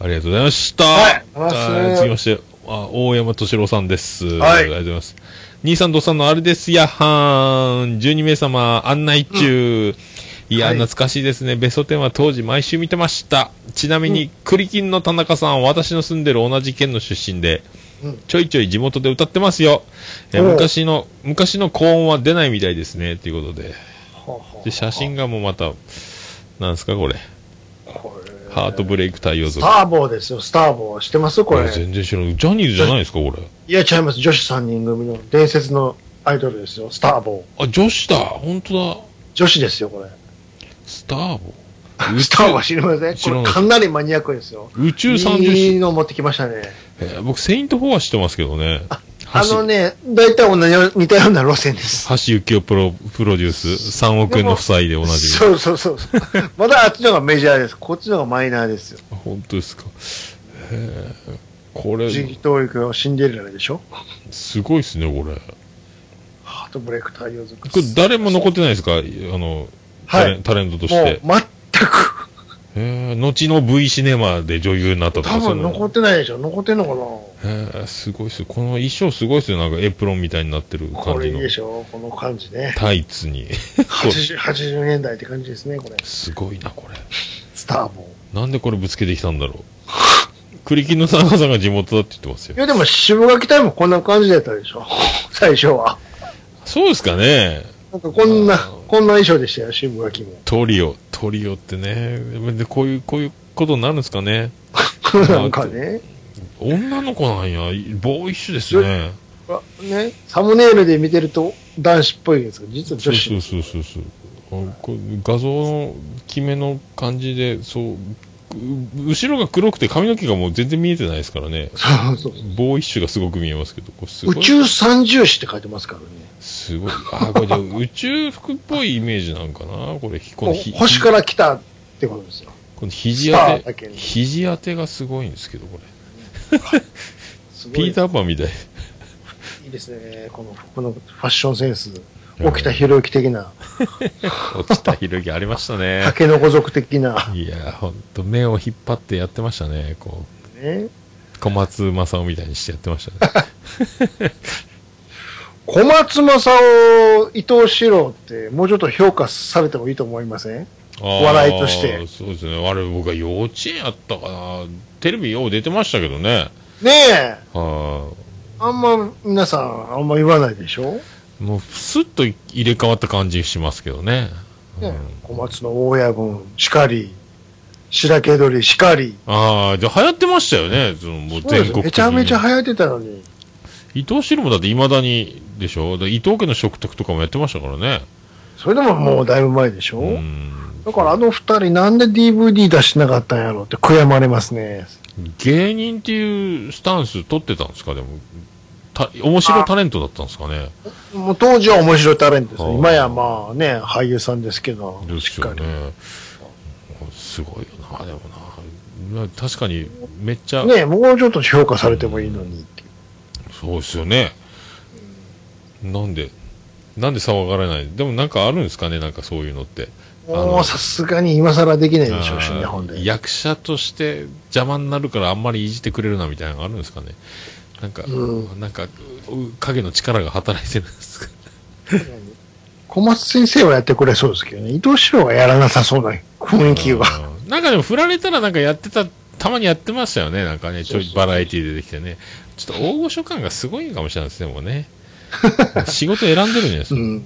S1: あ、ありがとうございました。
S2: はい
S1: あー続きまして、あ大山敏郎さんです。
S2: は
S1: あ
S2: い
S1: りがとうございます。兄さんとさんのあれですやはーん。12名様、案内中。いや、
S2: はい
S1: 懐かしいですね。ベスト10は当時毎週見てました。ちなみに、栗金の田中さんは私の住んでる同じ県の出身で、
S2: うん
S1: ちょいちょい地元で歌ってますよ。え
S2: おう
S1: 昔の、昔の高音は出ないみたいですね。ということで。
S2: ほうほう
S1: で、写真がもうまた、なんですかこれ。
S2: これ
S1: ハートブレイク対応
S2: ス
S1: 族
S2: タ。ーボーですよ、スターボー。知ってますこ
S1: い
S2: れ
S1: や。全然知らない。ジャニーズじゃないですか、これ。
S2: いや、ちゃいます。女子3人組の伝説のアイドルですよ、スターボー。
S1: あ、女子だ。本当だ。
S2: 女子ですよ、これ。
S1: スターボ
S2: スターボー知りません
S1: 知らな
S2: こ
S1: い
S2: れかなりマニアックですよ。
S1: 宇宙三重
S2: いい
S1: 士。
S2: の持ってきましたね。
S1: えー僕、セイント4は知ってますけどね。
S2: あのね、大体同じよう、似たような路線です。
S1: 橋幸夫プロプロデュース、3億円の負債で同じ。
S2: そうそうそう そう。まだあっちの方がメジャーです。こっちの方がマイナーですよ。
S1: 本当ですか。へえこれ、
S2: 人気教育のシンデレラでしょ
S1: すごいですね、これ。
S2: ハートブレイク太陽族。
S1: これ、誰も残ってないですかあの、タレンタレントとし
S2: も
S1: て
S2: う。全く、
S1: へえ後の V シネマで女優になったとか
S2: 多分残
S1: っ
S2: ってないでしょ残ってんのか
S1: へえすごいっすよこの衣装すごいっすよ。なんかエプロンみたいになってる
S2: なこ
S1: 感
S2: れ
S1: じ
S2: いい
S1: の
S2: で。しょこの感じね。
S1: タイツに。
S2: 80, 80年代って感じですね、これ。
S1: すごいな、これ。
S2: スターボー。
S1: なんでこれぶつけてきたんだろう。栗木の田中さんが地元だって言ってますよ
S2: い。や、でも、渋垣隊もこんな感じだったでしょ 最初は。
S1: そうですかね。
S2: なんかこんな
S1: あ、
S2: こんな衣装でしたよ、渋 垣も。
S1: トリオ、トリオってね。で、こういう、こういうことになるんですかね。
S2: なんかね。
S1: 女の子なんや。ボーイッシュですね。
S2: あね、サムネイルで見てると男子っぽいですけど、実は
S1: そ
S2: 女
S1: う
S2: 子。
S1: そうそうそうそう。あこれ画像の決めの感じで、そう、う後ろが黒くて髪の毛がもう全然見えてないですからね。
S2: そうそう
S1: ボーイッシュがすごく見えますけど、これすごい
S2: 宇。宙三重視って書いてますからね。
S1: すごい。あ、これじゃあ宇宙服っぽいイメージなんかな。これ、ひこのひ
S2: 星から来たってことですよ。
S1: この肘
S2: スタ
S1: 当
S2: ーだけ
S1: て、
S2: に
S1: 肘当てがすごいんですけど、これ。
S2: すごい
S1: ピーターパンみたい。
S2: いいですね。この服のファッションセンス。沖田博之的な、
S1: 落ちたひろきありました ね。
S2: 竹の子族的な、
S1: いやー、ほんと、目を引っ張ってやってましたね。こ
S2: ね。
S1: う、小松正夫みたいにしてやってましたね。
S2: 小松政夫、伊藤四郎って、もうちょっと評価されてもいいと思いません
S1: お
S2: 笑いとして
S1: そうですね。あれ、僕は幼稚園やったかな。テレビよう出てましたけどね。
S2: ねえ。
S1: あ
S2: あんま皆さん、あんま言わないでしょ、
S1: ーもう、スッと入れ替わった感じしますけどね。う
S2: ね
S1: ん、
S2: 小松の大親分、しかり、白毛鳥、しかり。
S1: ああ、じゃあ流行ってましたよね。そのもう
S2: そうで
S1: 全
S2: す
S1: 国的に
S2: よめちゃめちゃ流行ってたのに。
S1: 伊藤四郎もだって未だにでしょだから伊藤家の食卓とかもやってましたからね。
S2: それでももうだいぶ前でしょ、
S1: うん。
S2: だからあの二人なんで DVD 出してなかったんやろって悔やまれますね。
S1: 芸人っていうスタンス取ってたんですかでも。た、面白タレントだったんですかね。
S2: もう当時は面白いタレントです
S1: あ
S2: ね。
S1: ー
S2: 今やまあね、俳優さんですけど、
S1: です
S2: しっ
S1: よ
S2: かり。
S1: ね。すごいよな、でもな。まあ確かに、めっちゃ、
S2: ねもうちょっと評価されてもいいのにっていう
S1: そうですよね。なんで、なんで騒がれないでもなんかあるんですかねなんかそういうのって。あの
S2: もうさすがに今更できないでしょうしね、
S1: あー
S2: ほんで。
S1: 役者として邪魔になるからあんまりいじってくれるなみたいなのがあるんですかねなんか、
S2: う
S1: なんかう影の力が働いてるんですか
S2: 小松先生はやってくれそうですけどね、伊藤四郎はやらなさそうな雰囲気は。
S1: うんなんかでも振られたらなんかやってたたまにやってましたよねなんかねちょ
S2: そう
S1: い
S2: そう
S1: バラエティーで出てきてねちょっと大御所感がすごいかもしれないですねもうね 仕事選んでるんじゃないです
S2: う
S1: か、う
S2: ん。
S1: ん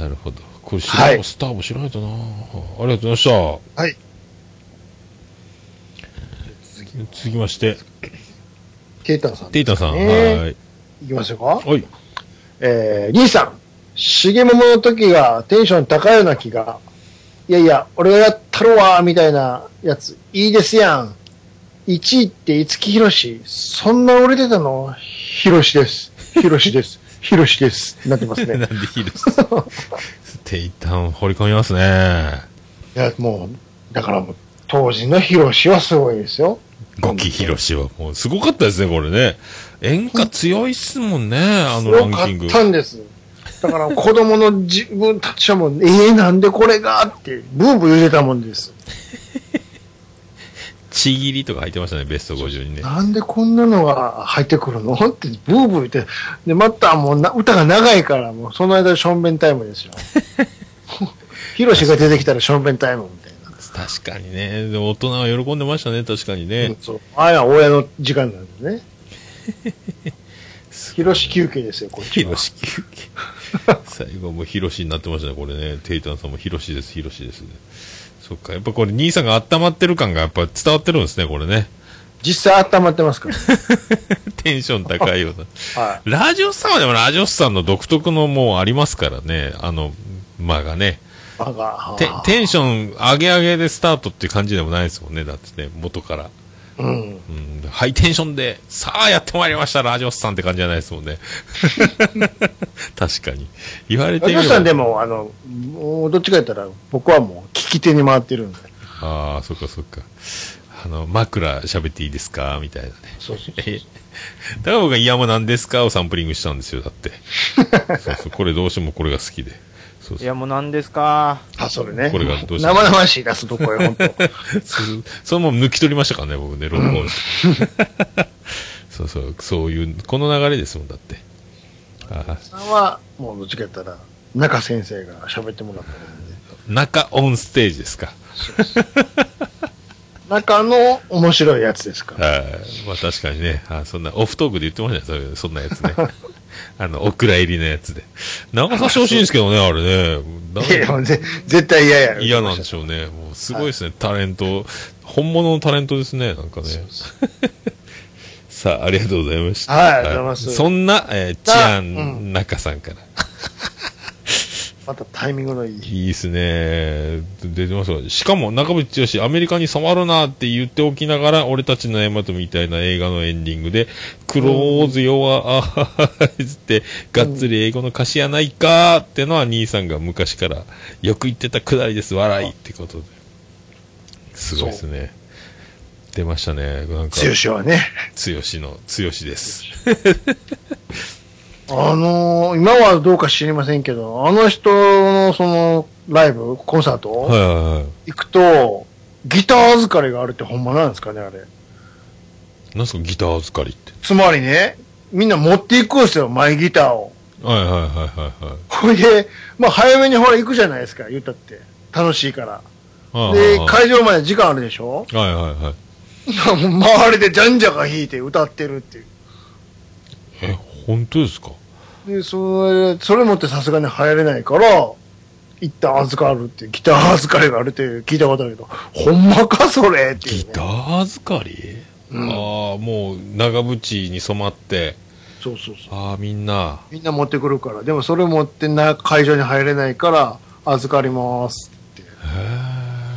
S1: なるほどこれ知らん、
S2: はい
S1: スターも知らないとな。ありがとうございました。
S2: はい。
S1: 次続きまして、
S2: テイタンさん、
S1: テイタさん。
S2: ね
S1: はい。
S2: いきますよか。
S1: おい。
S2: えー、兄さん、重桃の時がテンション高いような気が、いやいや、俺がやったろわ、みたいなやつ、いいですやん。1位って五木ひろし、そんな俺出たのひろしです。ひろしです。 ひろしです。なってます
S1: なん
S2: ね。
S1: でヒルステイタン掘り込みますね。
S2: いや、もう、だからもう、当時のひろしはすごいですよ。
S1: ゴキヒロシはもうすごかったですね、これね。演歌強いっすもんね、あのランキング
S2: よ。かったんです。だから子供の自分たちはもう、えー、なんでこれがって、ブーブー言ってたもんです。
S1: ちぎりとか入ってましたね、ベスト50にね。
S2: なんでこんなのが入ってくるの って、ブーブー言って、で、またもうな歌が長いから、もうその間、ションベンタイムですよ。 ヒロシが出てきたらションベンタイムみたいな。
S1: 確かにね。でも大人は喜んでましたね、確かにね。
S2: そうああいや、親の時間なんで ね。ヒロシ休憩ですよ、こっ
S1: ヒ
S2: ちは
S1: ロ。シ休憩。 最後もうヒロシになってましたね、これね。テイタンさんもヒロシです、ヒロシです、ね。そっか、やっぱこれ兄さんが温まってる感がやっぱ伝わってるんですね、これね。
S2: 実際温まってますから。
S1: テンション高いような。
S2: はい。
S1: ラジオスさんはでもラジオスさんの独特のもうありますからね、あの、間がね。
S2: あが
S1: テテンション上げ上げでスタートっていう感じでもないですもんね、だってね、元から。
S2: うん。
S1: うん、ハイテンションで、さあやってまいりました、ラジオスさんって感じじゃないですもん ね。確かに。言われてみ
S2: ラ
S1: れ
S2: ジ
S1: ば
S2: オさんでも、あの、もうどっちか言ったら、僕はもう聞き手に回ってるんで。
S1: ああ、そっかそっか。あの、枕喋っていいですかみたいなね。
S2: そうそう
S1: えだから僕が「いやもう何ですか?」をサンプリングしたんですよ、だ って。そうそう、これどうしてもこれが好きで。そう
S3: い
S1: そう。
S3: やもう何ですか
S2: あ、それね。
S1: これがどうしても
S2: 生々しい出すとこよ、本当。
S1: そそのまま抜き取りましたからね、僕ね、録音して。 そうそう、そういう、この流れですもん、だって。あ
S2: さんは、もうどっちかやったら、中先生が喋ってもらったんで、
S1: ー中オンステージですか。
S2: 中の面白いやつですから。
S1: はい。まあ確かにね、あーそんな、オフトークで言ってましたねそういう、そんなやつね。 あの、オクラ入りのやつで。長さしてほしいんですけどね、あれね。ない
S2: やいや、もうぜ絶対嫌や。
S1: 嫌なんでしょうね。もうすごいですね、タレント。本物のタレントですね、なんかね。さあ、ありがとうございました。
S2: はいありがとうございます
S1: そんな、えー、治安中さんから。
S2: またタイミングのいい。
S1: いいですね。出てますよしかも、中渕剛、アメリカに染まるなって言っておきながら、俺たちの山とみたいな映画のエンディングで、クローズヨアーイズって、がっつり英語の歌詞やないかーってのは、兄さんが昔からよく言ってたくだりです、笑いってことで。すごいですね。出ましたね。なんか、
S2: 強しはね。
S1: 剛の、剛です。
S2: あのー、今はどうか知りませんけど、あの人のその、ライブ、コンサー
S1: は
S2: ト
S1: いはいは
S2: 行くと、ギター預かりがあるってほんまなんですかね、あ
S1: い。
S2: れ。
S1: なんすか、ギター預かりって。
S2: つまりね、みんな持っていくんですよ、マイギターを。
S1: はいはいはいはいはい。
S2: これで、まあ早めにほら行くじゃないですか、言ったって。楽しいから。
S1: あー
S2: で、
S1: はい
S2: 会場まで時間あるでしょ
S1: はいはい。
S2: もう周りでじゃんじゃが弾いて歌ってるっていう。
S1: え、本当ですか
S2: で、それ、それもってさすがに入れないから、一旦預かるっていう、ギター預かりがあるっていう聞いたことあるけど、ほんまかそれっていう、ね。
S1: ギター預かり、
S2: う
S1: あ
S2: ん
S1: あ、もう長渕に染まって、
S2: そうそうそう。
S1: ああ、みんな、
S2: みんな持ってくるから、でもそれ持ってな、会場に入れないから、預かりますって。
S1: へ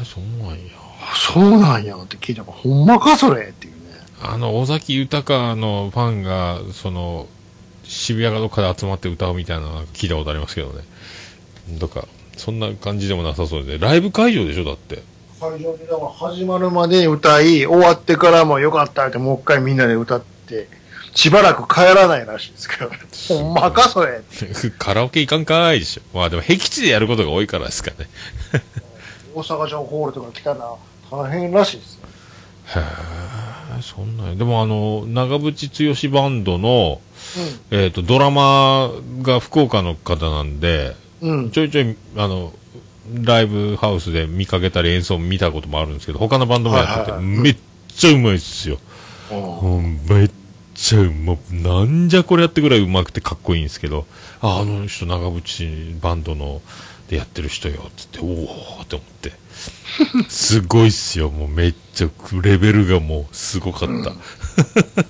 S1: え、そうなんや。
S2: あそうなんやって聞いたから、ほんまかそれっていうね。
S1: あの、尾崎豊のファンが、その、渋谷かどっかで集まって歌うみたいなのは聞いたことありますけどね。とか、そんな感じでもなさそうで、ライブ会場でしょ、だって。
S2: 会場でだから始まるまで歌い、終わってからもよかったってもう一回みんなで歌って、しばらく帰らないらしいですけど、ほんまかそれ。
S1: カラオケ行かんかーいでしょ。まあでも、僻地でやることが多いからですかね。
S2: 大阪城ホールとか来たら大変らしいですよ。
S1: へえ、そんなんやでもあの、長渕剛バンドの、えっ、と、ドラマが福岡の方なんで、
S2: うん。うん。
S1: ちょいちょい、あの、ライブハウスで見かけたり演奏見たこともあるんですけど、他のバンドもやってて、
S2: はいはいはいうん
S1: めっちゃうまいっすよ。うんめっちゃうまい。なんじゃこれやってぐらいうまくてかっこいいんですけど、ああの人長渕バンドの、でやってる人よ、つって、おおって思って。すごいっすよ、もうめっちゃ、レベルがもうすごかった。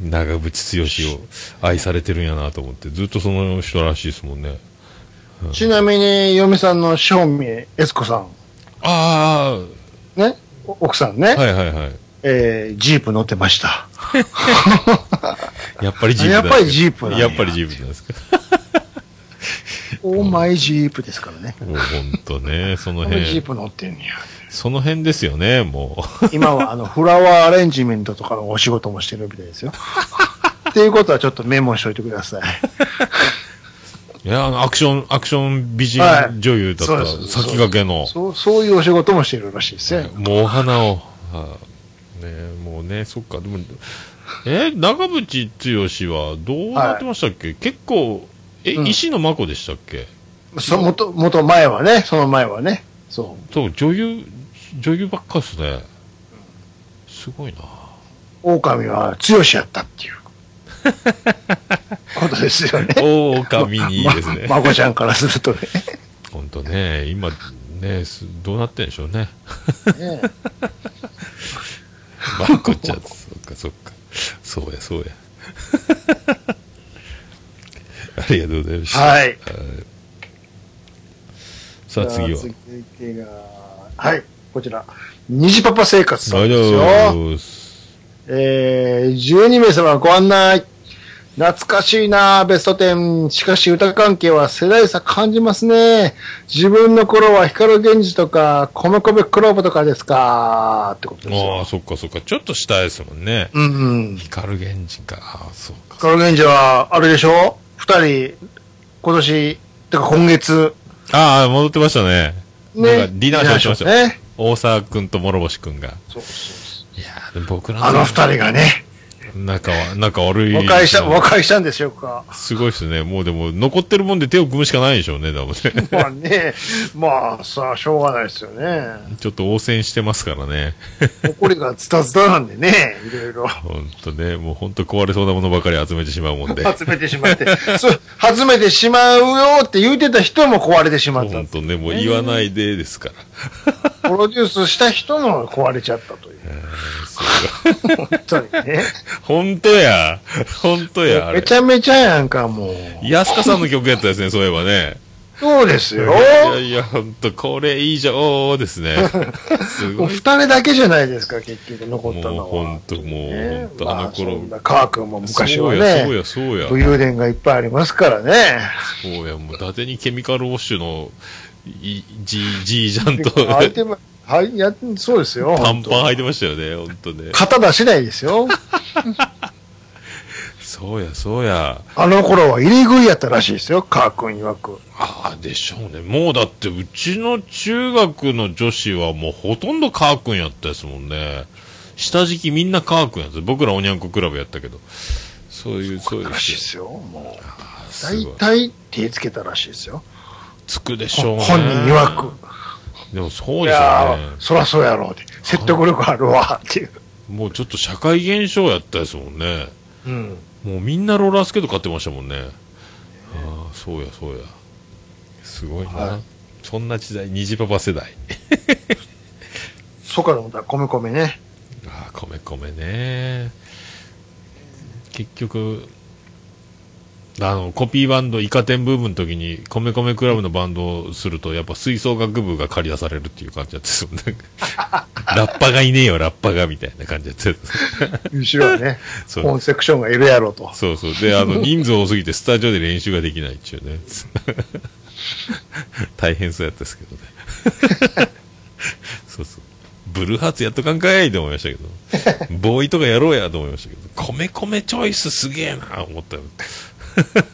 S1: 長渕剛を愛されてるんやなと思って、ずっとその人らしいですもんね。
S2: ちなみに、嫁さんの正味悦子さん、
S1: あ
S2: ね、お奥さんね、
S1: あ、はいはいはい。
S2: えージープ乗ってました。
S1: やっぱりジープなんですか
S2: やっぱりジープなんや
S1: やっぱりジープなんですか。
S2: オーマイジープですからね。
S1: もうほんとね、その
S2: このジー
S1: 辺、
S2: プ乗ってんねや。
S1: その辺ですよね、もう。
S2: 今はあのフラワーアレンジメントとかのお仕事もしてるみたいですよ。っていうことはちょっとメモしといてください。
S1: いや、あの、アクション、アクション美人
S2: はい
S1: 女優だった、
S2: そうです
S1: 先駆けの、
S2: そうそういうお仕事もしてるらしいですね。
S1: もうお花を、はいねえもうね、そっか、でも、え、長渕剛はどうなってましたっけ、結構、え、
S2: うん
S1: 石野真子でしたっけ
S2: そ元、元前はね、その前はね。そ
S1: そう、女優、女優ばっかっすね。すごい な。
S2: う。狼は強しやったっていう。ことですよね。
S1: おお、神にいいですね。
S2: まこちゃんからするとね。
S1: ほんとね、今、ね、すどうなってんでしょうね。
S2: ね
S1: ま っこちゃん、そっかそっか。そうや、 そうや。ありがとうございました。
S2: はいい。
S1: さあ次は。
S2: 続いてが、はい、こちら。虹パパ生活さ
S1: あ
S2: ん
S1: りが
S2: です
S1: とう
S2: よ
S1: ご。ざいます。
S2: えー、12名様ご案内。懐かしいなベスト10。しかし歌関係は世代差感じますね。自分の頃は光源氏とか、米米クローブとかですかってことです
S1: ああ、
S2: よ。
S1: そっかそっか。ちょっと下ですもんね。
S2: うんうん。
S1: 光源氏か。ああ、そうか。
S2: 光源氏は、あれでしょ二人、今年、てか今月、
S1: ああ、戻ってましたね。なんかディナーショーしてましたよ。
S2: ね。
S1: 大沢くんと諸星くんが。
S2: そうそう
S1: いやーでも僕ら
S2: あの二人がね、
S1: 仲は、仲悪い。
S2: 和解した、和解したんでしょうか。
S1: すごいですね。もうでも、残ってるもんで手を組むしかないでしょうね、多分ね。
S2: まあね、まあさ、しょうがないですよね。
S1: ちょっと応戦してますからね。
S2: 怒りがズタズタなんでね、いろいろ。
S1: ほんとね、もうほんと壊れそうなものばかり集めてしまうもんで。
S2: 集めてしまって。そう、集めてしまうよって言うてた人も壊れてしまっ
S1: ほ
S2: た
S1: ん。とね、もう言わないでですから。
S2: プロデュースした人も壊れちゃったという。本当にね。
S1: ほんとや。ほんとや、あ
S2: め
S1: れ
S2: ち。ゃめちゃやんか、もう。
S1: 安香さんの曲やったですね、そういえばね。
S2: そうです
S1: い
S2: よ。
S1: やいや、ほんと、これ以上です ね。す
S2: もう
S1: ごい
S2: 二。人だけじゃないですか、結局残った
S1: もう
S2: の
S1: ほん
S2: は。
S1: と、もう
S2: ね
S1: ほん、と、
S2: ま
S1: あ
S2: あ
S1: の
S2: そ
S1: 頃
S2: ん。な川君も昔は
S1: そうや、
S2: ね、
S1: そうや、そう
S2: 武
S1: や。
S2: 勇伝がいっぱいありますからね。
S1: そうや、もう、伊達にケミカルウォッシュの、いじい、じいじゃんと、
S2: 相手も、はい、や、そうですよ。
S1: 短パン履い
S2: て
S1: てましたよね、ほんとね。
S2: 肩出しないですよ。
S1: そうや、そうや。
S2: あの頃は入り食いやったらしいですよ、カー君曰く。
S1: ああ、でしょうね。もうだって、うちの中学の女子はもうほとんどカー君やったですもんね。下敷きみんなカー君やった。僕らおにゃんこクラブやったけど。そういう、そういう
S2: らしいですよ、もう。
S1: す
S2: 大
S1: ごい。
S2: 体手つけたらしいですよ。
S1: つくでしょう
S2: 本
S1: ね。
S2: 人曰く。
S1: でもそう
S2: い
S1: でしょ
S2: や
S1: うね
S2: ー、。そらそうやろうって。説得力あるわ、っていう。
S1: もうちょっと社会現象やったですもんね。
S2: うん。
S1: もうみんなローラースケート買ってましたもんね。ああ、そうや、そうや。すごいな。
S2: はい
S1: そんな時代、虹パパ世代。
S2: そっからまた米米ね。
S1: ああ、米米ね。結局、あの、コピーバンド、イカ天ブームの時に、米米クラブのバンドをすると、やっぱ吹奏楽部が借り出されるっていう感じだったですよね。 ラッパがいねえよ、ラッパが、みたいな感じだったです。
S2: 後ろはね、
S1: そう
S2: 本セクションがいるやろうと。
S1: そうそう。で、あ の、人数多すぎてスタジオで練習ができないっていうね。 大変そうやったですけどね。 そうそう。ブルーハーツやっとかんかいと思いましたけど。ボーイとかやろうやと思いましたけど。米米チョイスすげえな思ったよ。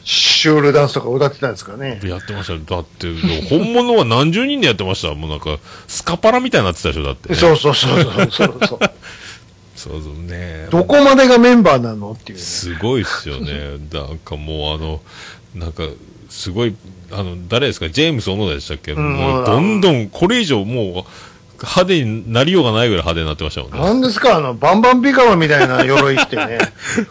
S2: シュールダンスとか歌ってたんですかね。
S1: やってましたよだって、本物は何十人でやってました。もうなんか、スカパラみたいになってたでしょ、だってね、
S2: そうそうそうそうそう そう。
S1: そうそうね。
S2: どこまでがメンバーなのっていうね。
S1: すごいっすよ ね。なんかもうあの、なんか、すごい、あの、誰ですかジェームス・小野田でしたっけ、
S2: ん
S1: もう、どんどん、これ以上もう、派手になりようがないぐらい派手になってましたもんね。
S2: なんですか、あの、バンバンビカロみたいな鎧っ てね。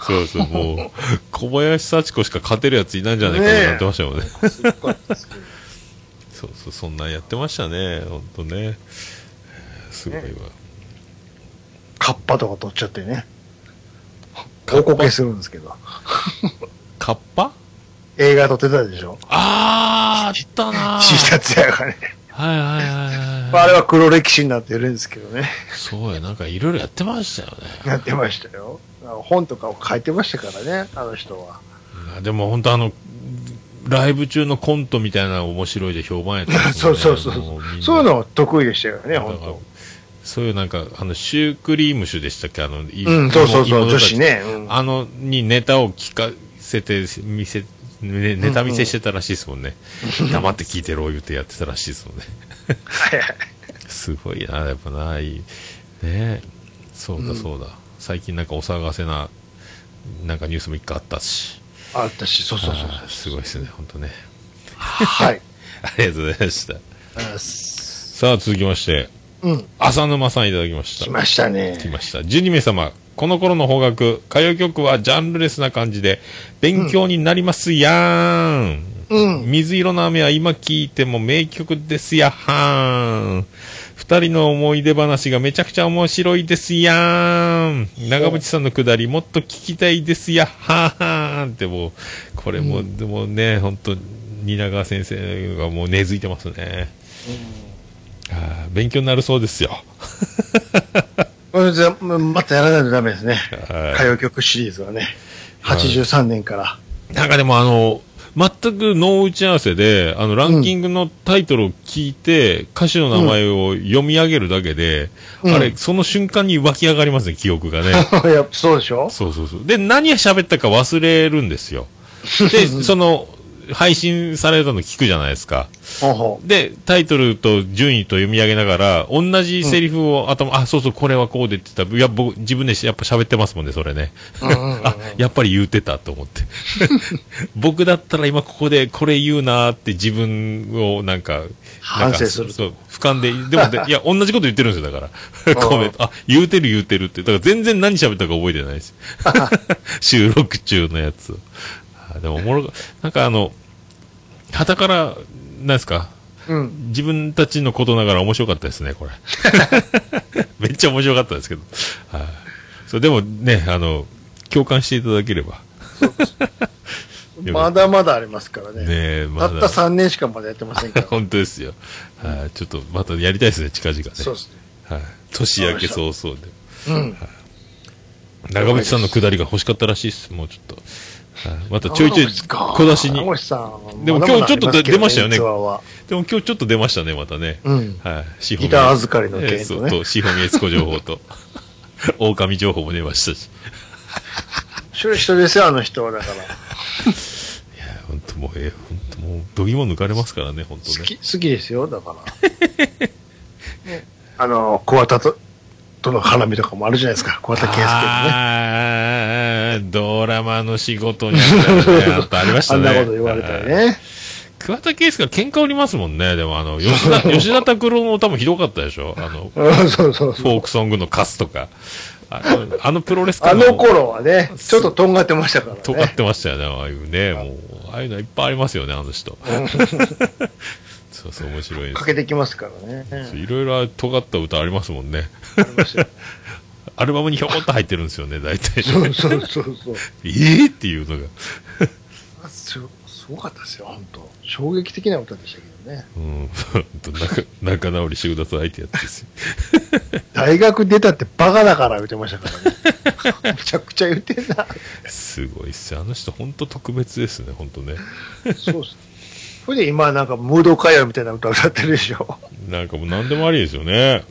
S1: そうそう、も う、小林幸子しか勝てるやついないんじゃないかぐらいになってましたもんね。
S2: すっごいですけど
S1: そうそう、そんなんやってましたね、ほんとね。すごいわ。
S2: カッパとか取っちゃってね。大こけするんですけど。
S1: カッパ
S2: 映画撮ってたでしょ
S1: あー、あった な
S2: 石井
S1: ー。
S2: 達也がね。
S1: はいはいはい
S2: まあ
S1: は
S2: あれは黒歴史になってるんですけどね。
S1: い。そうや、なんかいろいろやってましたよね。
S2: やってましたよ。本とかを書いてましたからね、あの人は。
S1: あでも本当あの、ライブ中のコントみたいなの面白いで評判やったんです
S2: そ
S1: よ
S2: う
S1: ね
S2: そうそう
S1: もみん。な
S2: そういうの得意でしたよね、
S1: だから
S2: 本
S1: そういうなんか、あの、シュークリーム酒でしたっけあの、い
S2: 当。うん、そうそうそう、
S1: 芋芋た
S2: 女
S1: ち
S2: 子ね。うん
S1: あの、にネタを聞かせて、見せ、ね、ネタ見せしてたらしいですもんね。 黙って聞いてろ言うてやってたらしいですもんね。
S2: はいはい
S1: すごいな、やっぱな、いい。ねえそうだそうだ。最近なんかお騒がせな、なんかニュースも一回あったし。
S2: あったし、そうそうそう
S1: あーすごいですね、本当ね。
S2: はい。
S1: ありがとうございました。
S2: あーす
S1: さあ、続きまして、
S2: うん、
S1: 浅沼さんいただきました。
S2: 来ましたね。
S1: 来ました。ジュニメ様、この頃の方角、歌謡曲はジャンルレスな感じで、勉強になりますやーん。
S2: うん
S1: 水色の雨は今聴いても名曲ですやはーん。二人の思い出話がめちゃくちゃ面白いですやーん。長渕さんのくだりもっと聞きたいですやはーんってもう、これも、でもね、本当蜷川先生がもう根付いてますね。あー勉強になるそうですよ。
S2: これじゃまたやらないとダメですね。
S1: はい
S2: 歌謡曲シリーズはね。83年から。
S1: なんかでもあの、全くノー打ち合わせで、あの、ランキングのタイトルを聞いて、歌手の名前を読み上げるだけで、
S2: うん
S1: あれ、その瞬間に湧き上がりますね、記憶がね。
S2: やっぱそうでしょ
S1: そうそうそう。で、何喋ったか忘れるんです よ。で、その、配信されたの聞くじゃないですか。
S2: ほうほう
S1: で、タイトルと順位と読み上げながら、同じセリフを頭、あ、そうそう、これはこうでって言った。いや、僕、自分でやっぱ喋ってますもんね、それね。
S2: うんうんうん
S1: あ、やっぱり言うてたと思 って。僕だったら今ここでこれ言うなーって自分をなんか、なんか
S2: 反省する
S1: そう、俯瞰で、でも ね、いや、同じこと言ってるんですよ、だから。コメント。あ、言うてる言うてるって。だから全然何喋ったか覚えてない です。収録中のやつ。あでもおもろか、なんかあの、旗から、なんですか、
S2: うん。
S1: 自分たちのことながら面白かったですね、これ。 めっちゃ面白かったですけど。はい。そう、でもね、あの、共感していただければ。
S2: まだまだありますからね。
S1: ねえ、
S2: た
S1: ま
S2: った
S1: だ。。
S2: 3年しかまだやってませんから
S1: 本当ですよ。はい。ちょっとまたやりたいですね、近々ね。
S2: そうですね。
S1: はい。年明け早々で。
S2: うん。
S1: 長渕さんの下りが欲しかったらしいです、もうちょっと。はい。またちょいちょい小
S2: 小
S1: 出しに。で
S2: 長
S1: も
S2: 渕さん
S1: でも今日ちょっと出出ましたよね
S2: 器は
S1: 今日ちょっと出ましたね、またね。
S2: うん。
S1: はい。資
S2: ギター預かりの件とね
S1: えーそうと、資本エツコ情報と、 狼情報も出ましたし。
S2: 白い人ですよ、あの人は。だから。
S1: 本当もう、えー、本当もう、どぎも抜かれますからね、本当
S2: 好
S1: ね。
S2: き、好きですよ、だから。ね あの、桑田と、との絡みとかもあるじゃないですか。桑田圭介のね。
S1: あードラマの仕事にあった よね、あとありました
S2: あん
S1: ね。
S2: なこと言われたり
S1: はい。
S2: ね。
S1: 桑田佳祐が喧嘩売りますもんね。でもあの、吉 田、吉田拓郎の歌もひどかったでしょあの、
S2: うんそうそう
S1: フ
S2: そう。
S1: ォークソングのカスとか。あの、あのプロレス
S2: あ
S1: 界
S2: の頃はね、ちょっととんがってましたからね。
S1: 尖ってましたよね、ああいうね。もう、ああいうのいっぱいありますよね、あの 人。そうそう、面白いです
S2: かけてきますからね。
S1: そういろいろ尖った歌ありますもんね。
S2: ありましたよ
S1: アルバムにひょこっと入ってるんですよね、大体。
S2: そうそうそうそう。
S1: えー、っていうのが。
S2: あすすごかったですよ、本当。衝撃的な歌でしたけどね。
S1: うん。仲仲直りしてくださいってやつですよ。
S2: 大学出たってバカだから言ってました からね。むちゃくちゃ言ってんな。
S1: すごいっすよあの人本当特別ですね、本当ね。
S2: そうっす。それで今なんかムード歌謡みたいな歌歌ってるでしょ。
S1: なんかもう何でもありですよね。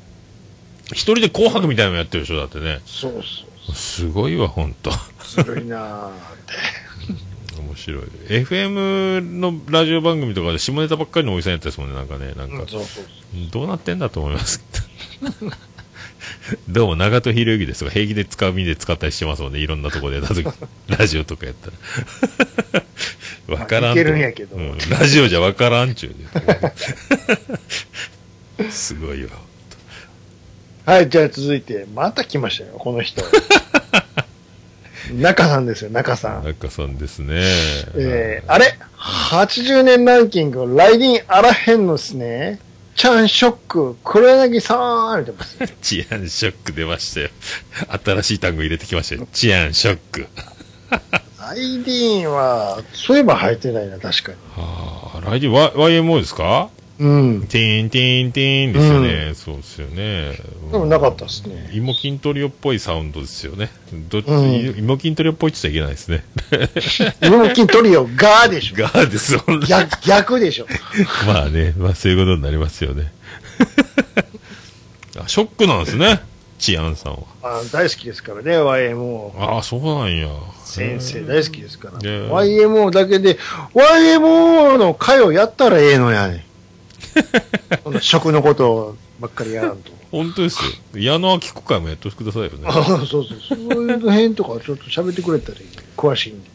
S1: 一人で紅白みたいなのやってるでしょ、だってね。
S2: そうそう
S1: すごいわ、本当
S2: そう。ずるいなぁって。
S1: 面白い。FM のラジオ番組とかで下ネタばっかりのおじさんやったですもんね、なんかね。なんか、
S2: そうそう
S1: どうなってんだと思います。 どうも、長戸博之ですが、平気で使う身で使ったりしてますもんね、いろんなとこで、なぜかラジオとかやった ら。わからんと。
S2: まあいけるんやけど
S1: うんラジオじゃわからんちゅうね。 すごいよ。
S2: はい、じゃあ続いて、また来ましたよ、この人。中さんですよ、中さん。
S1: 中さんですね。
S2: えー、あれ ?80 年ランキング、来年あらへんのっすね。チャンショック、黒柳さん、あれてます。
S1: 治安ショック出ましたよ。新しい単語入れてきましたよ。治安ショック。
S2: ライディーンは、そういえば生えてないな、確かに。
S1: はあ、来年 Y- YMO ですか
S2: うん。
S1: ティーンティーンティーンですよね。そうですよね。
S2: でもなかったっす ね。
S1: イモキントリオっぽいサウンドですよね。どっち、
S2: うん
S1: イモキントリオっぽいって言っちゃいけないですね。
S2: 動きトリオ、ガーでしょ。
S1: ガーです、本来
S2: 逆、逆でしょ。
S1: まあね、まあそういうことになりますよね。 あショックなんですね、治安さんは。
S2: あ大好きですからね、YMO。
S1: ああ、そうなんや。
S2: 先生大好きですから。
S1: ねえ
S2: YMO だけで、YMO の会をやったらええのやねん。そんな食のことばっかりやらんと。
S1: 本当ですよ。矢野明子会もやってくださいよね。
S2: ああ、 そうそう。そういうの辺とかちょっと喋ってくれたらいい。詳しいんで。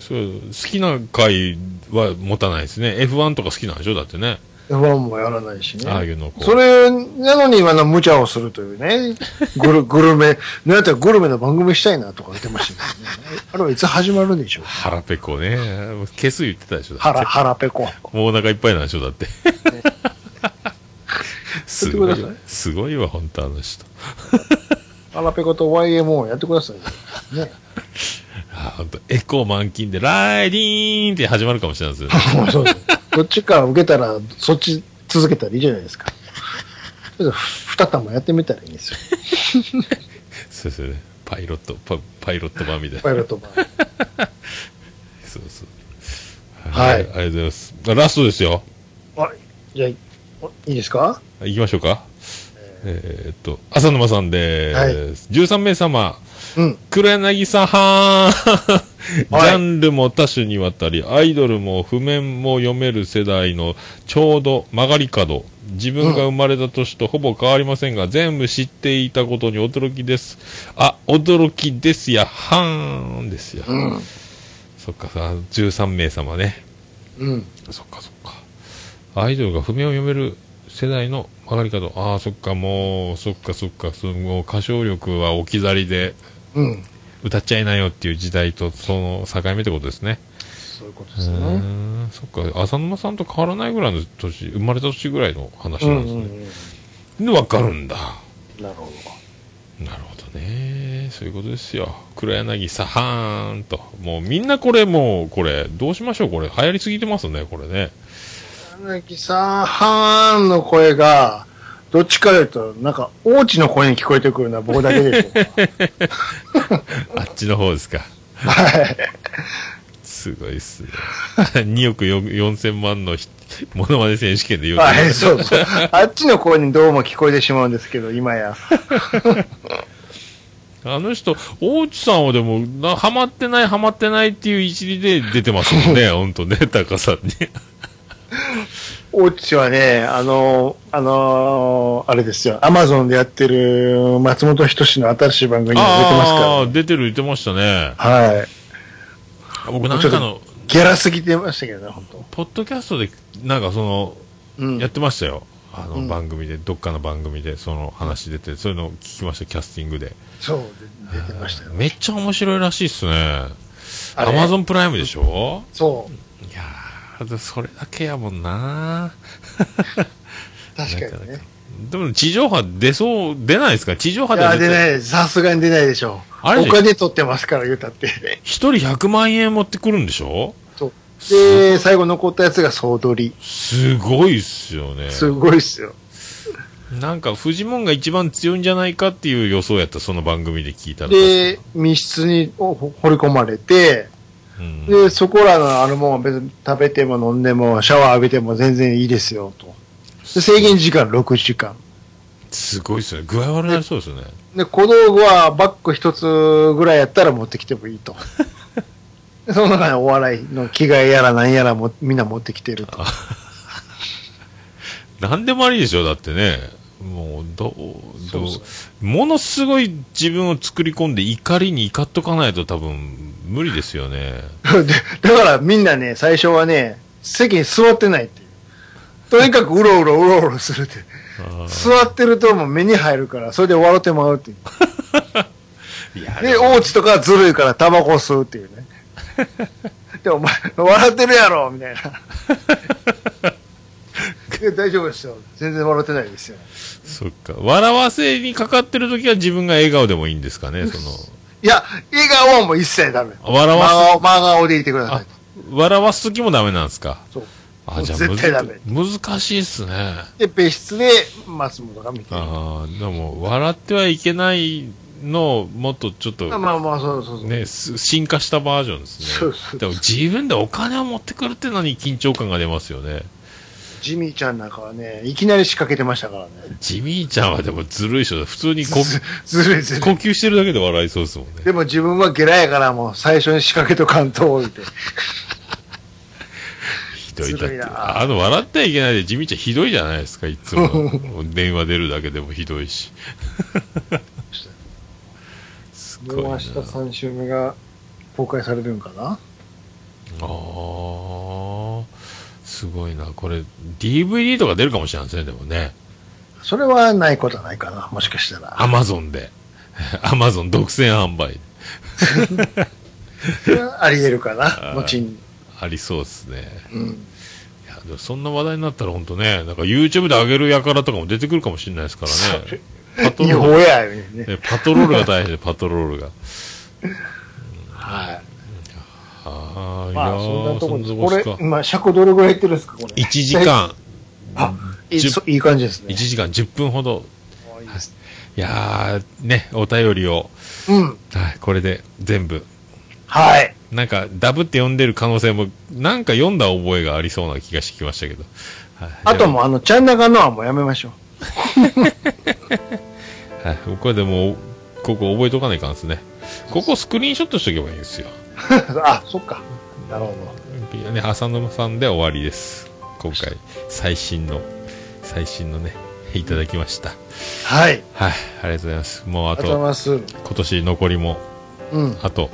S1: そう好きな会は持たないですね。F1 とか好きなんでしょだってね。
S2: F1 もやらないしね。
S1: ああいうのこう
S2: それなのに今の無茶をするというね。グル グルメ、なんやったらグルメの番組したいなとか言ってましたけどね。あれはいつ始まるんでしょう
S1: 腹ペコね。消す言ってたでしょだって
S2: 腹、腹ペコ。
S1: もうお腹いっぱいなんでしょだって。 すご
S2: やっ
S1: い
S2: てくだ
S1: わ
S2: さい。
S1: すごいわ、本当あの人。
S2: 腹ペコと YMO やってください よ。ね。
S1: あ本当エコー満勤で、ライディーンって始まるかもしれないですよね。
S2: そうそうどっちか受けたら、そっち続けたらいいじゃないですか。ちょっと二玉やってみたらいいんですよ。
S1: そうですよね。パイロット、パパイロット版みたいな。
S2: パイロット版。
S1: そうそう。
S2: は
S1: あ
S2: い
S1: りがとうございます。ラストですよ。
S2: はい。じゃあ、いいですか
S1: 行きましょうか。えーっと、浅沼さんで
S2: はい
S1: す。13名様、
S2: うん。
S1: 黒柳さんはーんジ
S2: はい
S1: ャンルも多種にわたり、アイドルも譜面も読める世代のちょうど曲がり角。自分が生まれた年とほぼ変わりませんが、全部知っていたことに驚きです。あ、驚きですや、はーんですや。
S2: うん。
S1: そっかさ、13名様ね。
S2: うん。
S1: そっかそっか。アイドルが譜面を読める世代の曲がり方。ああ、そっか、もう、そっかそっか、そのもう歌唱力は置き去りで
S2: うん。
S1: 歌っちゃいなよっていう時代とその境目ってことですね。
S2: そういうこと
S1: う
S2: です
S1: ー
S2: ね。
S1: ん、そっか、浅沼さんと変わらないぐらいの年、生まれた年ぐらいの話
S2: う
S1: なん
S2: ん
S1: です
S2: う
S1: ね。
S2: ん
S1: で、わかるんだ。
S2: うん。なるほど。
S1: なるほどね。そういうことですよ。黒柳さはーんと。もうみんなこれもう、これ、どうしましょうこれ、流行りすぎてますね、これね。
S2: 柳木さん、はーんの声が、どっちかというと、なんか、王子の声に聞こえてくるのは僕だけでし ょうか。
S1: あっちの方ですか。
S2: はい。
S1: すごいっすね。2億4000万のひモノマネ選手権で言うと、
S2: はい、そうそう。あっちの声にどうも聞こえてしまうんですけど、今や。
S1: あの人、大内さんはでも、なハマってない、ハマってないっていう一理で出てますもん ね、ほんとね、高さんね。
S2: オーチはね、あの、あの、あれですよ、アマゾンでやってる松本人志の新しい番組にも出てます
S1: あ
S2: か
S1: あー、出てる、言ってましたね。
S2: ら。はい。
S1: 僕なんかの、
S2: ギャラすぎてましたけどね、本当。
S1: ポッドキャストで、なんかその、
S2: うん。
S1: やってましたよ。あの、
S2: うん
S1: 番組で、どっかの番組で、その話出て、そういうのを聞きました、キャスティングで。
S2: そう、で出てましたよ。
S1: めっちゃ面白いらしいっすね。
S2: あれ
S1: アマゾンプライムでしょ
S2: そう、
S1: いやー、それだけやもんな
S2: 確かにね。
S1: でも地上波出そう、出ないですか地上波
S2: い
S1: では
S2: や、
S1: 絶
S2: 出
S1: 対
S2: ないです。さすがに出ないでしょう。
S1: あれ
S2: お金取ってますから、言うたって。
S1: 一人100万円持ってくるんでしょ
S2: そう。で、最後残ったやつが総取り。
S1: すごいっすよね。
S2: すごいっすよ。
S1: なんか、フジモンが一番強いんじゃないかっていう予想やった、その番組で聞いたら。
S2: で、密室におほ掘り込まれて、
S1: うん、
S2: で、そこらのあるもんは別に食べても飲んでも、シャワー浴びても全然いいですよ、と。で、制限時間6時間。
S1: すごいっすね。具合悪なりそうですよね。
S2: で、小道具はバッグ一つぐらいやったら持ってきてもいい と。でその中にお笑いの着替えやら何やらもみんな持ってきてると。
S1: なんでもありでしょだってね。もう、どう、ど
S2: そううそ
S1: ものすごい自分を作り込んで怒りに怒っとかないと多分、無理ですよね。
S2: でだからみんなね、最初はね、席に座ってないっていう。とにかくうろうろうろうろするって。
S1: あー
S2: 座ってるともう目に入るから、それで笑ってまうっていう。
S3: いや、
S2: で、大内とかはずるいからタバコ吸うっ ていうね。で、お前、笑ってるやろみたいな。いや大丈夫ですよ。全然笑ってないですよ。
S1: そっか。笑わせにかかってる時は自分が笑顔でもいいんですかね、その。
S2: いや、笑顔はもう一切ダメ。
S1: あ笑
S2: 真
S1: わ
S2: 顔、真顔でいてください
S1: あ。笑わす時もダメなんですか。
S2: そう。
S1: あ、じゃあ
S2: 絶対ダメ
S1: むず難しいっすね。
S2: で、別室で松本が見てる。
S1: ああ、でも、笑ってはいけないのを、もっとちょっと、
S2: まあまあまあ、そうそうそう。
S1: ね、す進化したバージョンですね。
S2: そうそう
S1: でも自分でお金を持ってくるってのに緊張感が出ますよね。
S2: ジミーちゃんなんかはね、いきなり仕掛けてましたからね。
S1: ジミーちゃんはでもずるい人だ。普通にこ
S2: ずるいず
S1: 呼
S2: るい。
S1: 吸してるだけで笑いそうですもんね。
S2: でも自分はゲラやからもう最初に仕掛けと関東を置い て。
S1: ひどいだっ
S2: ずるい
S1: て。
S2: な
S1: あの、笑ってはいけないで、地味ちゃんひどいじゃないですか、いつも。電話出るだけでもひどいし。す
S2: も
S1: ごいうな。
S2: 明
S1: あ
S2: 日3週目が公開されるんかな
S1: あー。すごいな。これ、DVD とか出るかもしれないですね、でもね。
S2: それはないことはないかな、もしかしたら。
S1: アマゾンで。 アマゾン独占販売。
S2: それはあり得る かな、後に。
S1: ありそうですね。
S2: うん。
S1: いや、でもそんな話題になったら本当ね、なんか YouTube で上げる輩とかも出てくるかもしれないですからね。 パト
S2: 違
S1: ロ
S2: 法
S1: ール。
S2: やよね。
S1: ねパトロールが大変で、パトロールが。
S2: はい。
S1: ああ、いや
S2: まあ、そん
S1: ー
S2: なとこ
S1: んな
S2: です。
S1: と
S2: こ
S1: こです
S2: れ
S1: か、。
S2: まあ、尺どれぐらいいってるんですか、これ。
S1: 1時。間、
S2: あ、いい
S1: 10
S2: そういい感じです
S1: 1
S2: ね。
S1: 時間10分ほど。
S2: もういいです
S1: いやー、ね、お便りを、
S2: うん。
S1: はい、これで全部。
S2: はい。
S1: なんか、ダブって読んでる可能性も、なんか読んだ覚えがありそうな気がしてきましたけど。はい、
S2: あともう、あの、チャンナガのはもうやめましょう。
S1: はい、これでもう、ここ覚えとかないかんですね。ここスクリーンショットしとけばいいんですよ。
S2: あ、そっか。なるほ
S1: ね、浅沼さんで終わりです。今回、最新の、最新のね、いただきました。
S2: ど。はい。あり
S1: はい、ありがとうございます。もうあ
S2: がとうござい
S1: と、
S2: ます。
S1: 今年残りも、
S2: うん。
S1: あと、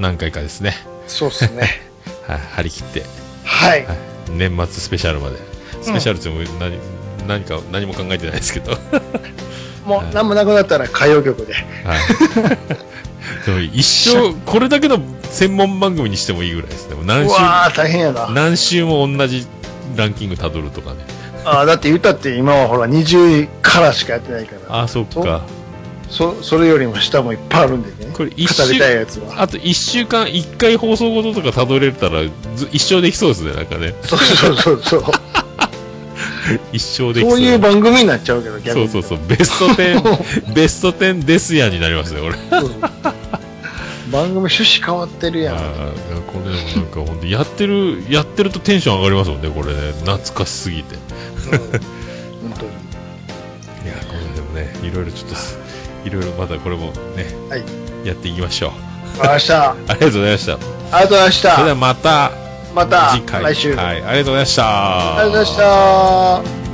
S1: 何回かですね。
S2: そうで すね。
S1: はい、張り切って、
S2: はい
S1: は。い、年末スペシャルまで。スペシャルっても何、何か、何も考えてないですけど。はい。
S2: もう、なんもなくなったら歌謡曲で。
S1: でも一生、これだけの専門番組にしてもいいぐらいですね。もう
S2: う
S1: 何週も
S2: わー、大変やな。
S1: 何週も同じランキングたどるとかね
S2: あーだって言ったって今はほら20位からしかやってないから
S1: あそっか
S2: そそれよりも下もいっぱいあるんでね
S1: これ一週
S2: 語りたいやつは
S1: あと1週間1回放送ごととかたどれたらず一生できそうですねなんかね
S2: そうそうそ うそう
S1: 一生できそ
S2: そうういう番組になっちゃうけど逆
S1: そう
S2: に
S1: そうそうベスト10 ベスト10ですやんになりますね俺
S2: そうそう番組趣旨変わってるやん
S1: あーいやこれでもなんか本当やってるやってるとテンション上がりますもんねこれね懐かしすぎてい
S2: うん本当に
S1: やこれでもねいろいろちょっとすいろいろまたこれもね
S2: はい
S1: やっていきましょう
S2: 明日
S1: ありがとうございましたそ
S2: あと明
S1: れでは
S2: 日
S1: また
S2: また
S1: 次回
S2: 来週、
S1: はい、ありがとうございました
S2: ありがとうございました